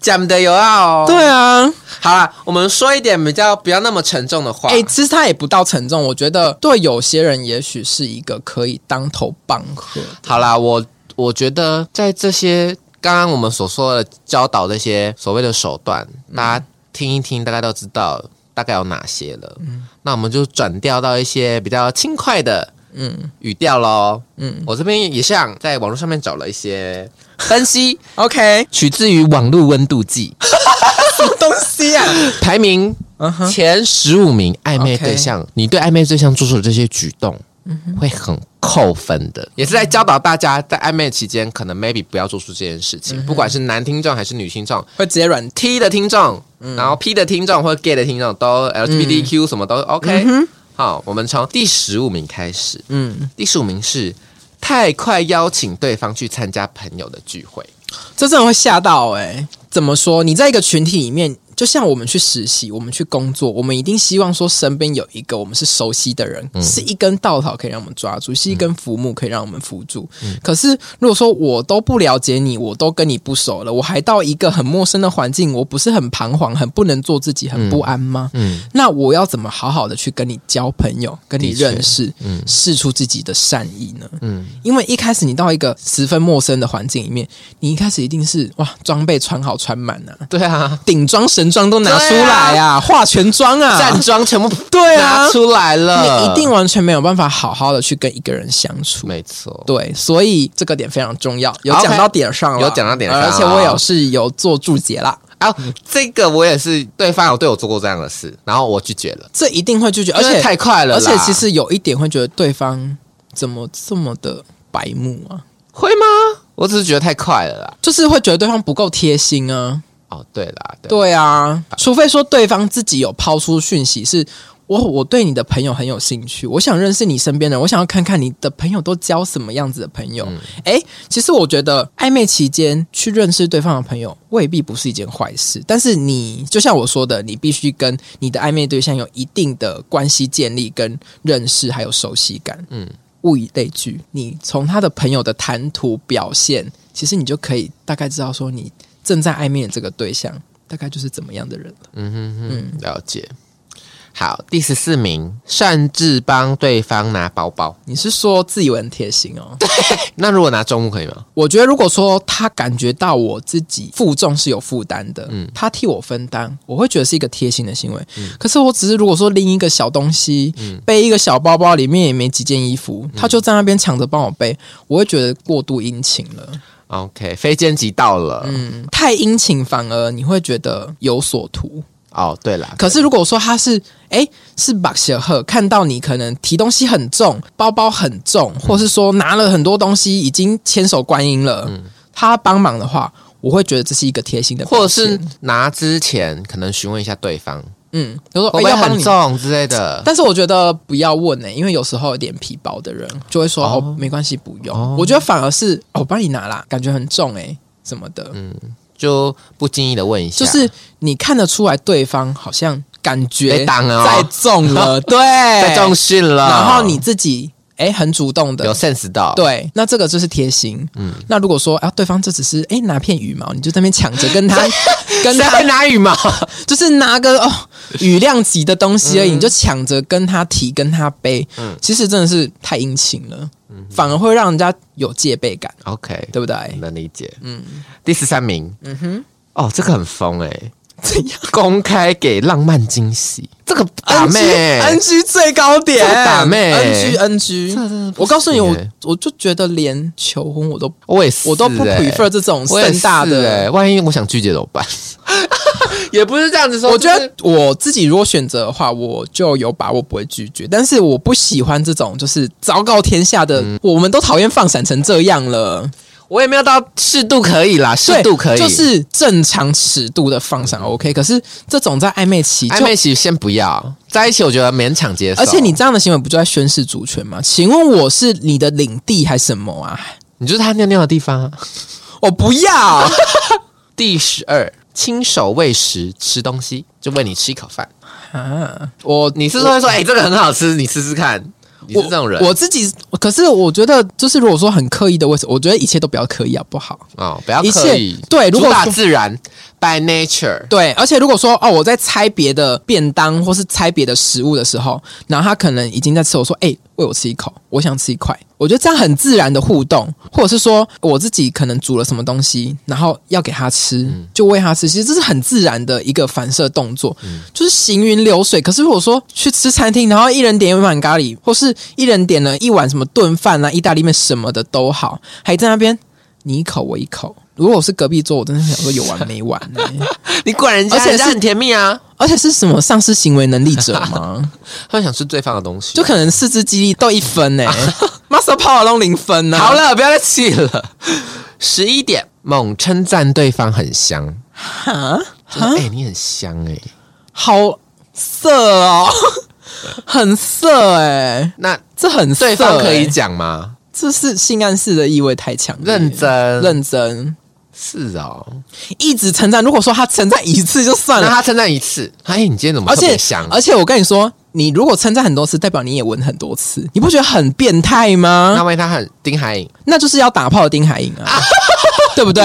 Speaker 1: 讲的有啊哦。
Speaker 2: 对啊，
Speaker 1: 好啦，我们说一点比较不要那么沉重的话。
Speaker 2: 哎、其实它也不到沉重，我觉得对有些人也许是一个可以当头棒喝。
Speaker 1: 好啦，我我觉得在这些刚刚我们所说的教导这些所谓的手段，大家听一听，大概都知道大概有哪些了。那我们就转调到一些比较轻快的。嗯，语调喽。嗯，我这边也像在网络上面找了一些分析，
Speaker 2: OK，
Speaker 1: 取自于网络温度计，
Speaker 2: 什 [laughs] 么东西啊？
Speaker 1: 排名
Speaker 2: 嗯哼，
Speaker 1: 前十五名暧昧对象你对暧昧对象做出的这些举动，
Speaker 2: 嗯
Speaker 1: 会很扣分的。也是在教导大家，在暧昧期间，可能 maybe 不要做出这件事
Speaker 2: 嗯
Speaker 1: 情，不管是男听众还是女听众
Speaker 2: 会直接软
Speaker 1: ，T 的听众，
Speaker 2: 嗯
Speaker 1: 然后 P 的听众或 gay 的听众，都 LGBTQ 什么都 OK。好，我们从第十五名开始。
Speaker 2: 嗯，
Speaker 1: 第十五名是太快邀请对方去参加朋友的聚会。
Speaker 2: 这真的会吓到哎、怎么说？你在一个群体里面，就像我们去实习，我们去工作，我们一定希望说身边有一个我们是熟悉的人，是一根稻草可以让我们抓住，是一根浮木可以让我们扶住。可是如果说我都不了解你，我都跟你不熟了，我还到一个很陌生的环境，我不是很彷徨，很不能做自己，很不安吗？
Speaker 1: 嗯
Speaker 2: 那我要怎么好好的去跟你交朋友，跟你
Speaker 1: 的确
Speaker 2: 认识，试出自己的善意呢？
Speaker 1: 嗯
Speaker 2: 因为一开始你到一个十分陌生的环境里面，你一开始一定是哇，装备穿好穿满啊，
Speaker 1: 对啊，
Speaker 2: 顶装神装都拿出来啊，化全妆啊，
Speaker 1: 站桩全部
Speaker 2: 对啊
Speaker 1: 拿，出来了，
Speaker 2: 你一定完全没有办法好好的去跟一个人相处。
Speaker 1: 没错。
Speaker 2: 对，所以这个点非常重要，有讲
Speaker 1: OK
Speaker 2: 到点上了，啊
Speaker 1: 有讲到点上
Speaker 2: 而且我有是有做注解啦。
Speaker 1: 啊，这个我也是，对方有对我做过这样的事，然后我拒绝了，
Speaker 2: 这一定会拒绝，而
Speaker 1: 因为
Speaker 2: 且
Speaker 1: 太快了啦，
Speaker 2: 而且其实有一点会觉得对方怎么这么的白目啊，
Speaker 1: 会吗？我只是觉得太快了啦。
Speaker 2: 就是会觉得对方不够贴心啊。
Speaker 1: 哦，对啦，对，
Speaker 2: 对啊，除非说对方自己有抛出讯息是。我我对你的朋友很有兴趣，我想认识你身边的人，我想要看看你的朋友都交什么样子的朋友。诶，其实我觉得暧昧期间去认识对方的朋友未必不是一件坏事，但是你就像我说的，你必须跟你的暧昧对象有一定的关系建立、跟认识还有熟悉感。嗯
Speaker 1: 嗯，
Speaker 2: 物以类聚，你从他的朋友的谈吐表现，其实你就可以大概知道说你正在暧昧的这个对象大概就是怎么样的人了。
Speaker 1: 嗯哼哼，了解。好，第十四名，擅自帮对方拿包包。
Speaker 2: 你是说自以为很贴心哦？
Speaker 1: 那如果拿重物可以吗？
Speaker 2: 我觉得如果说他感觉到我自己负重是有负担的，他替我分担，我会觉得是一个贴心的行为。可是我只是如果说拎一个小东西，背一个小包包，里面也没几件衣服，他就在那边抢着帮我背，我会觉得过度殷勤了。
Speaker 1: OK，非奸即盗了。
Speaker 2: 嗯，太殷勤反而你会觉得有所图。
Speaker 1: 哦，对啦，
Speaker 2: 可是如果说他是哎是把小贺看到你可能提东西很重，包包很重，或是说拿了很多东西已经千手观音了，
Speaker 1: 嗯
Speaker 2: 他帮忙的话，我会觉得这是一个贴心的表
Speaker 1: 或
Speaker 2: 现，
Speaker 1: 者是拿之前可能询问一下对方，
Speaker 2: 嗯，就说
Speaker 1: 会
Speaker 2: 哎
Speaker 1: 不会
Speaker 2: 要帮
Speaker 1: 很
Speaker 2: 你。
Speaker 1: 重啊之类的。
Speaker 2: 但是我觉得不要问呢、因为有时候脸皮薄的人就会说哦没关系不用。我觉得反而是哦我帮你拿啦，感觉很重哎、什么的，
Speaker 1: 嗯就不经意的问一下，
Speaker 2: 就是你看得出来对方好像感
Speaker 1: 被
Speaker 2: 觉
Speaker 1: 挡了、哦，
Speaker 2: 在重了，
Speaker 1: [laughs]
Speaker 2: 对，
Speaker 1: 被重视了，
Speaker 2: 然后你自己哎、很主动
Speaker 1: 啊有
Speaker 2: 的。
Speaker 1: sense 到，，
Speaker 2: 对，那这个就是贴心。嗯，那如果说啊，对方这只是哎、拿片羽毛，你就在那边抢着
Speaker 1: [laughs]
Speaker 2: 跟他跟
Speaker 1: 谁
Speaker 2: 他
Speaker 1: 会，拿羽毛？
Speaker 2: 就是拿个哦羽量级的东西而已，
Speaker 1: 嗯
Speaker 2: 你就抢着跟他提跟他背。嗯，其实真的是太殷勤了，
Speaker 1: 嗯
Speaker 2: 反而会让人家有戒备感，
Speaker 1: [laughs] OK，
Speaker 2: 对不对？
Speaker 1: 能理解。嗯，第十三名，嗯哼，哦，这个很疯哎、怎样？公开给浪漫惊喜，这个打
Speaker 2: NG
Speaker 1: 妹、
Speaker 2: NG 最高点
Speaker 1: 这，个打妹
Speaker 2: ，NG NG，
Speaker 1: 这真的不
Speaker 2: 我告诉你，
Speaker 1: 行
Speaker 2: 我
Speaker 1: 欸
Speaker 2: 我就觉得连求婚我都
Speaker 1: 我也是、
Speaker 2: 我都不
Speaker 1: 欸
Speaker 2: prefer 这种
Speaker 1: 我也
Speaker 2: 盛大
Speaker 1: 是
Speaker 2: 的
Speaker 1: 欸万一我想拒绝怎么
Speaker 2: [laughs]
Speaker 1: 办？也不是这样子说，
Speaker 2: 我觉
Speaker 1: 啊就
Speaker 2: 得
Speaker 1: 是
Speaker 2: 我自己如果选择的话，我就有把握不会拒绝。但是我不喜欢这种就是昭告天下的，
Speaker 1: 嗯
Speaker 2: 我们都讨厌放闪成这样了。
Speaker 1: 我也没有到适度可以啦，适
Speaker 2: 对，
Speaker 1: 度可以，嗯
Speaker 2: 就是正常尺度的放闪 OK。可是这种在暧昧期就
Speaker 1: 暧昧期先不要，在一起我觉得勉强接受。
Speaker 2: 而且你这样的行为不就在宣示主权吗？请问我是你的领地还是什么啊？
Speaker 1: 你就是他尿尿的地方啊、
Speaker 2: 我不要
Speaker 1: 第十二，亲手喂食吃东西，就喂你吃一口饭。
Speaker 2: 啊！我
Speaker 1: 你是说会说，哎、这个很好吃，你试试看？ [laughs] 你是这种人
Speaker 2: 我自己，可是我觉得就是如果说很刻意的为什么，我觉得一切都不要刻意好不好？
Speaker 1: 哦，不要
Speaker 2: 一
Speaker 1: 刻意
Speaker 2: 切。对如果
Speaker 1: 主打
Speaker 2: 说
Speaker 1: 自然，by nature，
Speaker 2: 对，而且如果说哦，我在拆别的便当或是拆别的食物的时候，然后他可能已经在吃，我说哎、喂我吃一口，我想吃一块。我觉得这样很自然的互动，或者是说我自己可能煮了什么东西，然后要给他吃，就喂他吃。其实这是很自然的一个反射动作，就是行云流水。可是如果说去吃餐厅，然后一人点一碗咖喱，或是一人点了一碗什么炖饭啊、意大利面什么的都好，还在那边你一口我一口。如果我是隔壁桌，我真的想说有完没完啊呢、
Speaker 1: 你管人家，
Speaker 2: 而且是
Speaker 1: 人家很甜蜜啊，
Speaker 2: 而且是什么丧失行为能力者
Speaker 1: [laughs]
Speaker 2: 吗？
Speaker 1: 他想吃对方的东西。
Speaker 2: 就可能四肢肌力都一
Speaker 1: [laughs]
Speaker 2: 分呢、m u s c l e power 都零分呢、
Speaker 1: 好，了，不要再气了。十一点，猛称赞对方很香，
Speaker 2: 哈，
Speaker 1: 就是哎、你很香哎、
Speaker 2: 好色哦， [laughs] 很色哎、
Speaker 1: 那
Speaker 2: 这很色、
Speaker 1: 对
Speaker 2: 欸，
Speaker 1: 方可以，讲吗？
Speaker 2: 这是性暗示的意味太强烈，
Speaker 1: 认真，
Speaker 2: 哎认真，
Speaker 1: 是哦。
Speaker 2: 一直称赞。如果说他称赞一次就算
Speaker 1: 那
Speaker 2: 了，
Speaker 1: 他称赞一次，哎、你今天怎么
Speaker 2: 而
Speaker 1: 特
Speaker 2: 且
Speaker 1: 别香？
Speaker 2: 而且我跟你说，你如果称赞很多次，代表你也闻很多次，你不觉得很变态吗？
Speaker 1: 那万一他很丁海颖，
Speaker 2: 那就是要打炮的丁海颖
Speaker 1: [laughs]
Speaker 2: 啊，对不对？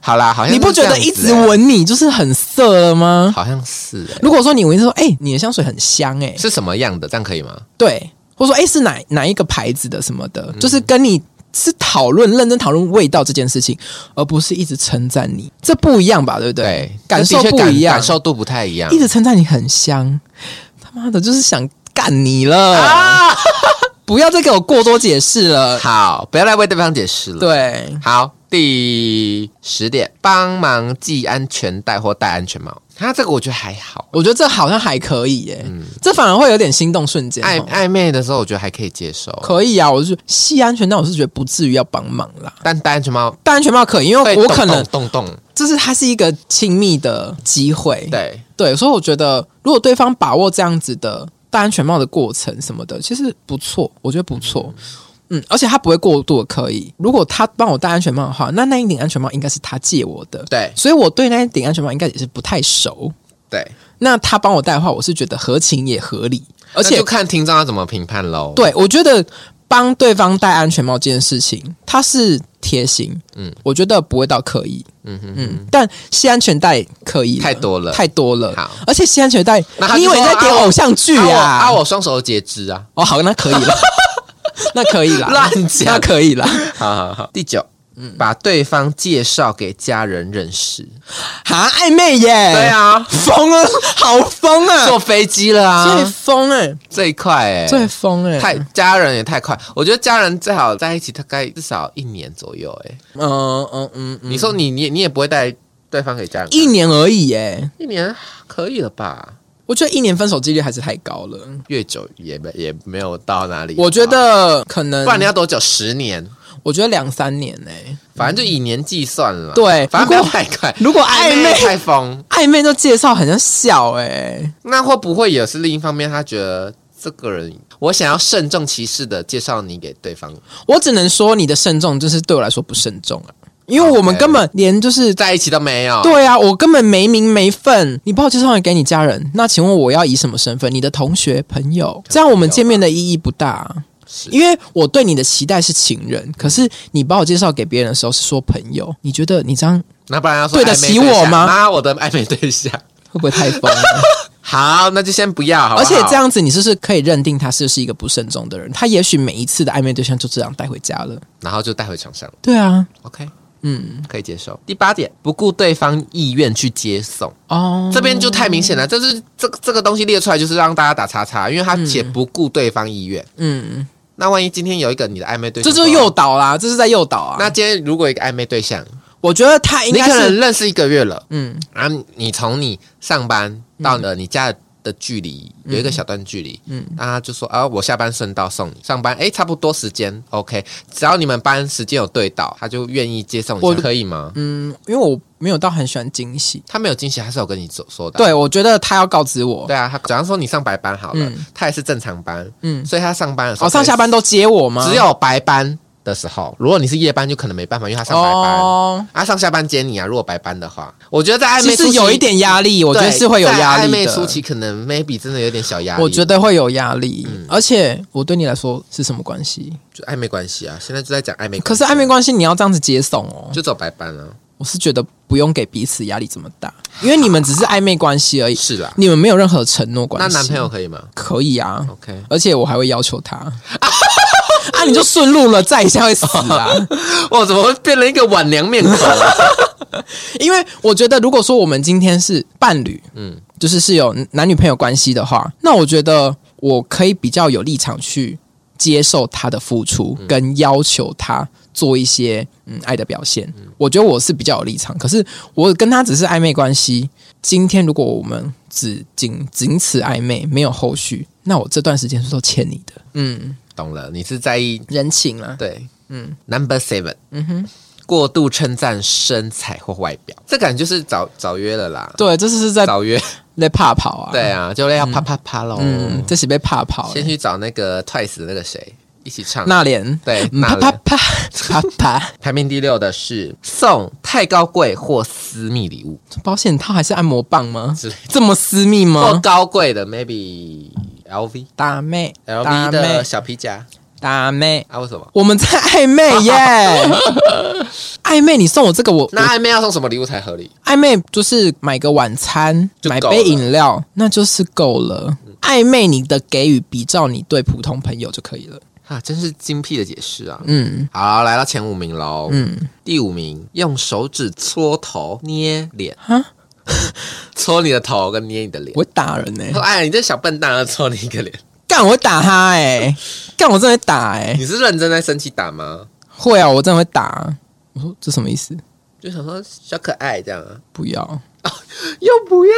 Speaker 1: 好啦，好像
Speaker 2: 你不
Speaker 1: 是
Speaker 2: 觉
Speaker 1: 这样
Speaker 2: 得
Speaker 1: 子
Speaker 2: 一直
Speaker 1: 欸？
Speaker 2: 闻你就是很色了吗？
Speaker 1: 好像是、欸，
Speaker 2: 如果说你闻一直说，哎、你的香水很香、哎，
Speaker 1: 是什么样的？这样可以吗？
Speaker 2: 对，或者说，哎、是哪哪一个牌子的什么的，
Speaker 1: 嗯
Speaker 2: 就是跟你是讨论认真讨论味道这件事情，而不是一直称赞你，这不一样吧？对不对？感
Speaker 1: 这的
Speaker 2: 受
Speaker 1: 确
Speaker 2: 不
Speaker 1: 感
Speaker 2: 一样，
Speaker 1: 感受度不太一样
Speaker 2: 一。直称赞你很香，他妈的，就是想干你了，
Speaker 1: 啊
Speaker 2: [laughs] 不要再给我过多解释了。
Speaker 1: 好，不要来为对方解释了。，
Speaker 2: 对，
Speaker 1: 好，第十点，帮忙系安全带或戴安全帽。他这个我觉得还好，
Speaker 2: 我觉得这好像还可以耶、欸
Speaker 1: 嗯
Speaker 2: 这反而会有点心动瞬间、
Speaker 1: 暧
Speaker 2: 哦。
Speaker 1: 暧昧的时候我觉得还可以接受，
Speaker 2: 可以啊，我是系安全带，我是觉得不至于要帮忙啦。
Speaker 1: 但戴安全帽
Speaker 2: 戴安全帽可以，因
Speaker 1: 会
Speaker 2: 哦为我
Speaker 1: 动
Speaker 2: 可能
Speaker 1: 动动动，
Speaker 2: 就是它是一个亲密的机会，
Speaker 1: 对，
Speaker 2: 对所以我觉得如果对方把握这样子的戴安全帽的过程什么的，其实不错，我觉得不错。嗯，而且他不会过度的刻意。如果他帮我戴安全帽的话，那那一顶安全帽应该是他借我的，
Speaker 1: 对
Speaker 2: 所以我对那一顶安全帽应该也是不太熟。
Speaker 1: 对，
Speaker 2: 那他帮我戴的话，我是觉得合情也合理，
Speaker 1: 那
Speaker 2: 而且
Speaker 1: 就看听众要怎么评判喽。
Speaker 2: 对，我觉得帮对方戴安全帽这件事情，它是贴心，嗯
Speaker 1: 嗯，
Speaker 2: 我觉得不会到刻意，
Speaker 1: 嗯哼，
Speaker 2: 嗯，但系安全带刻意了
Speaker 1: 太多了
Speaker 2: 太多了
Speaker 1: 好，
Speaker 2: 而且系安全带
Speaker 1: 那他，就
Speaker 2: 你以为你在
Speaker 1: 说
Speaker 2: 点
Speaker 1: 啊我
Speaker 2: 偶像剧
Speaker 1: 啊我
Speaker 2: 啊
Speaker 1: 啊，？我双手截肢啊，
Speaker 2: 哦，好，那可
Speaker 1: [laughs]
Speaker 2: 以了，那可以啦，
Speaker 1: 乱讲
Speaker 2: 那可以啦。
Speaker 1: 好好好。第九，
Speaker 2: 嗯
Speaker 1: 把对方介绍给家人认识。
Speaker 2: 哈，暧昧耶，
Speaker 1: 对，啊，
Speaker 2: 疯了，好疯
Speaker 1: [laughs]
Speaker 2: 啊，
Speaker 1: 坐飞机了
Speaker 2: 最
Speaker 1: 啊，
Speaker 2: 疯哎，
Speaker 1: 最快哎，
Speaker 2: 最疯哎，
Speaker 1: 太家人也太快，我觉得家人最好在一起大概至少一年左右哎。
Speaker 2: 嗯嗯嗯嗯，
Speaker 1: 你说你你你也不会带对方给家人看，
Speaker 2: 一年而已耶，
Speaker 1: 一年啊可以了吧？
Speaker 2: 我觉得一年分手几率还是太高了，
Speaker 1: 越久也没也没有到哪里。
Speaker 2: 我觉，得可能
Speaker 1: 不，然你要多久？十年，
Speaker 2: 我觉得两三年哎、
Speaker 1: 反正就以年计算了。
Speaker 2: 对
Speaker 1: 反正不
Speaker 2: 如
Speaker 1: 要
Speaker 2: 果
Speaker 1: 太快。
Speaker 2: 如果暧昧
Speaker 1: 太疯，
Speaker 2: 暧昧都介绍很像笑哎、
Speaker 1: 那会不会也是另一方面？他觉得这个人，我想要慎重其事的介绍你给对方，
Speaker 2: 我只能说你的慎重就是对我来说不慎重啊，因为我们
Speaker 1: OK
Speaker 2: 根本连就是
Speaker 1: 在一起都没有。
Speaker 2: 对啊，我根本没名没分，你把我介绍给你家人，那请问我要以什么身份？你的同学朋友，这样我们见面的意义不大啊、
Speaker 1: 是，
Speaker 2: 因为我对你的期待是情人，可是你把我介绍给别人的时候是说朋友，你觉得你这样
Speaker 1: 那不然要说
Speaker 2: 对得
Speaker 1: 暧昧
Speaker 2: 起
Speaker 1: 对
Speaker 2: 我
Speaker 1: 象
Speaker 2: 吗
Speaker 1: 妈，我的暧昧对象。
Speaker 2: 会不会太疯了？
Speaker 1: 好，那就先不要，好不好
Speaker 2: 而且这，样子，你是不是可以认定他是不是一个不慎重的人？他也许每一次的暧昧对象就这样带回家了。
Speaker 1: 然后就带回床上。
Speaker 2: 对啊，
Speaker 1: OK，
Speaker 2: 嗯，
Speaker 1: 可以接受。第八点，不顾对方意愿去接送。
Speaker 2: 哦，
Speaker 1: 这边就太明显了，这是这这个东西列出来就是让大家打叉叉，因为他写不顾对方意愿。
Speaker 2: 嗯，
Speaker 1: 那万一今天有一个你的暧昧对
Speaker 2: 这
Speaker 1: 象，
Speaker 2: 就是诱导啦，这是在诱导啊。
Speaker 1: 那今天如果有一个暧昧对象，
Speaker 2: 我觉得他应
Speaker 1: 你
Speaker 2: 该
Speaker 1: 可能
Speaker 2: 是，
Speaker 1: 认识一个月了，
Speaker 2: 嗯
Speaker 1: 然后啊你从你上班到了你家的距离有一个小段距离，
Speaker 2: 嗯
Speaker 1: 嗯，那他就说啊，我下班顺道送你上班，哎，差不多时间，OK，只要你们班时间有对到，他就愿意接送
Speaker 2: 我
Speaker 1: 你，可以吗？
Speaker 2: 嗯，因为我没有到很喜欢惊喜。
Speaker 1: 他没有惊喜，他是有跟你所说的啊。
Speaker 2: 对，我觉得他要告知我，
Speaker 1: 对啊，他假如说你上白班好了，
Speaker 2: 嗯
Speaker 1: 他也是正常班，
Speaker 2: 嗯，
Speaker 1: 所以他上班的时候
Speaker 2: 哦，上下班都接我吗？
Speaker 1: 只有白班的时候，如果你是夜班，就可能没办法，因为他上白班。
Speaker 2: 哦，
Speaker 1: 啊，上下班接你啊！如果白班的话，我觉得在暧
Speaker 2: 其
Speaker 1: 昧初
Speaker 2: 实
Speaker 1: 期
Speaker 2: 有一，点压力，我觉得
Speaker 1: 对
Speaker 2: 是会有压
Speaker 1: 在暧
Speaker 2: 力
Speaker 1: 昧初
Speaker 2: 的。
Speaker 1: 期可能 maybe 真的有点小压力。嗯
Speaker 2: 我觉
Speaker 1: 得
Speaker 2: 得会有压力，而且我对你来说是什么关系？
Speaker 1: 就暧昧关系啊，现在就在讲暧昧
Speaker 2: 可
Speaker 1: 关系
Speaker 2: 是
Speaker 1: 啊。
Speaker 2: 暧昧关系你要这样子接送哦，
Speaker 1: 就走白班啊，
Speaker 2: 我是觉得不用给彼此压力这么大，因为你们只是暧昧关系而已，
Speaker 1: 是啦。
Speaker 2: 你们没有任何承诺嗯关
Speaker 1: 那
Speaker 2: 系。
Speaker 1: 男朋友哦可以吗
Speaker 2: 可以啊， [laughs]
Speaker 1: ？OK，
Speaker 2: 而且我还会要
Speaker 1: [laughs]
Speaker 2: 求他。啊，你就顺路了，再一下会死啊！
Speaker 1: 我怎么会变成一个晚娘面孔啊？
Speaker 2: [laughs] 因为我觉得，如果说我们今天是伴侣，嗯
Speaker 1: 嗯，
Speaker 2: 就是是有男女朋友关系的话，那我觉得我可以比较有立场去接受他的付出，跟要求他做一些嗯爱的表现。我觉得我是比较有立场，可是我跟他只是暧昧关系。今天如果我们只仅仅此暧昧，没有后续，那我这段时间是都欠你的，嗯，
Speaker 1: 懂了，你是在意
Speaker 2: 人情啊，
Speaker 1: 对，
Speaker 2: 嗯
Speaker 1: 嗯，Number Seven，
Speaker 2: 嗯哼，
Speaker 1: 过度称赞身材或外表，这感觉就是早早约了啦，
Speaker 2: 对，啊这是在
Speaker 1: 早约，
Speaker 2: 在怕跑啊，
Speaker 1: 对，啊，就要啪啪啪喽。
Speaker 2: 嗯，这是被怕跑、
Speaker 1: 先去找那个 Twice 的那个谁一起唱。
Speaker 2: 那脸
Speaker 1: 对 [laughs]
Speaker 2: 嗯
Speaker 1: 那
Speaker 2: 啪
Speaker 1: 脸
Speaker 2: 啪啪啪啪，
Speaker 1: 排名第六的是送太高贵或私密礼物
Speaker 2: 保险套还是按摩棒吗？
Speaker 1: 之类的，哦
Speaker 2: 这么私密
Speaker 1: 或
Speaker 2: 吗？
Speaker 1: 高贵的 maybe LV
Speaker 2: 大妹，
Speaker 1: LV
Speaker 2: 大
Speaker 1: 的
Speaker 2: 妹，
Speaker 1: 小皮夹
Speaker 2: 大妹，
Speaker 1: 啊？为什么？
Speaker 2: 我们在暧昧
Speaker 1: [laughs]
Speaker 2: 耶，暧昧，你送我这个，我
Speaker 1: 那
Speaker 2: 我
Speaker 1: 暧昧要送什么礼物才合理？
Speaker 2: 暧昧就是买个晚餐，
Speaker 1: 就
Speaker 2: 买
Speaker 1: 够了
Speaker 2: 杯饮料，那就是够了。暧昧你的给予比照你对普通朋友就可以了。
Speaker 1: 啊，真是精辟的解释啊！
Speaker 2: 嗯
Speaker 1: 好，来到前五名喽。
Speaker 2: 嗯，
Speaker 1: 第五名，用手指搓头、捏脸
Speaker 2: 啊，
Speaker 1: [laughs] 搓你的头跟捏你的脸。
Speaker 2: 我会打人呢、
Speaker 1: [laughs] 说哎，你这小笨蛋啊，搓你一个脸，
Speaker 2: 干我会打他哎、干我真的会打哎、
Speaker 1: 你是认真在生气打吗？
Speaker 2: 会啊，我真的会打。我说这什么意思？
Speaker 1: 就想说小可爱这样
Speaker 2: [laughs]
Speaker 1: 啊，
Speaker 2: 不要，
Speaker 1: 又不要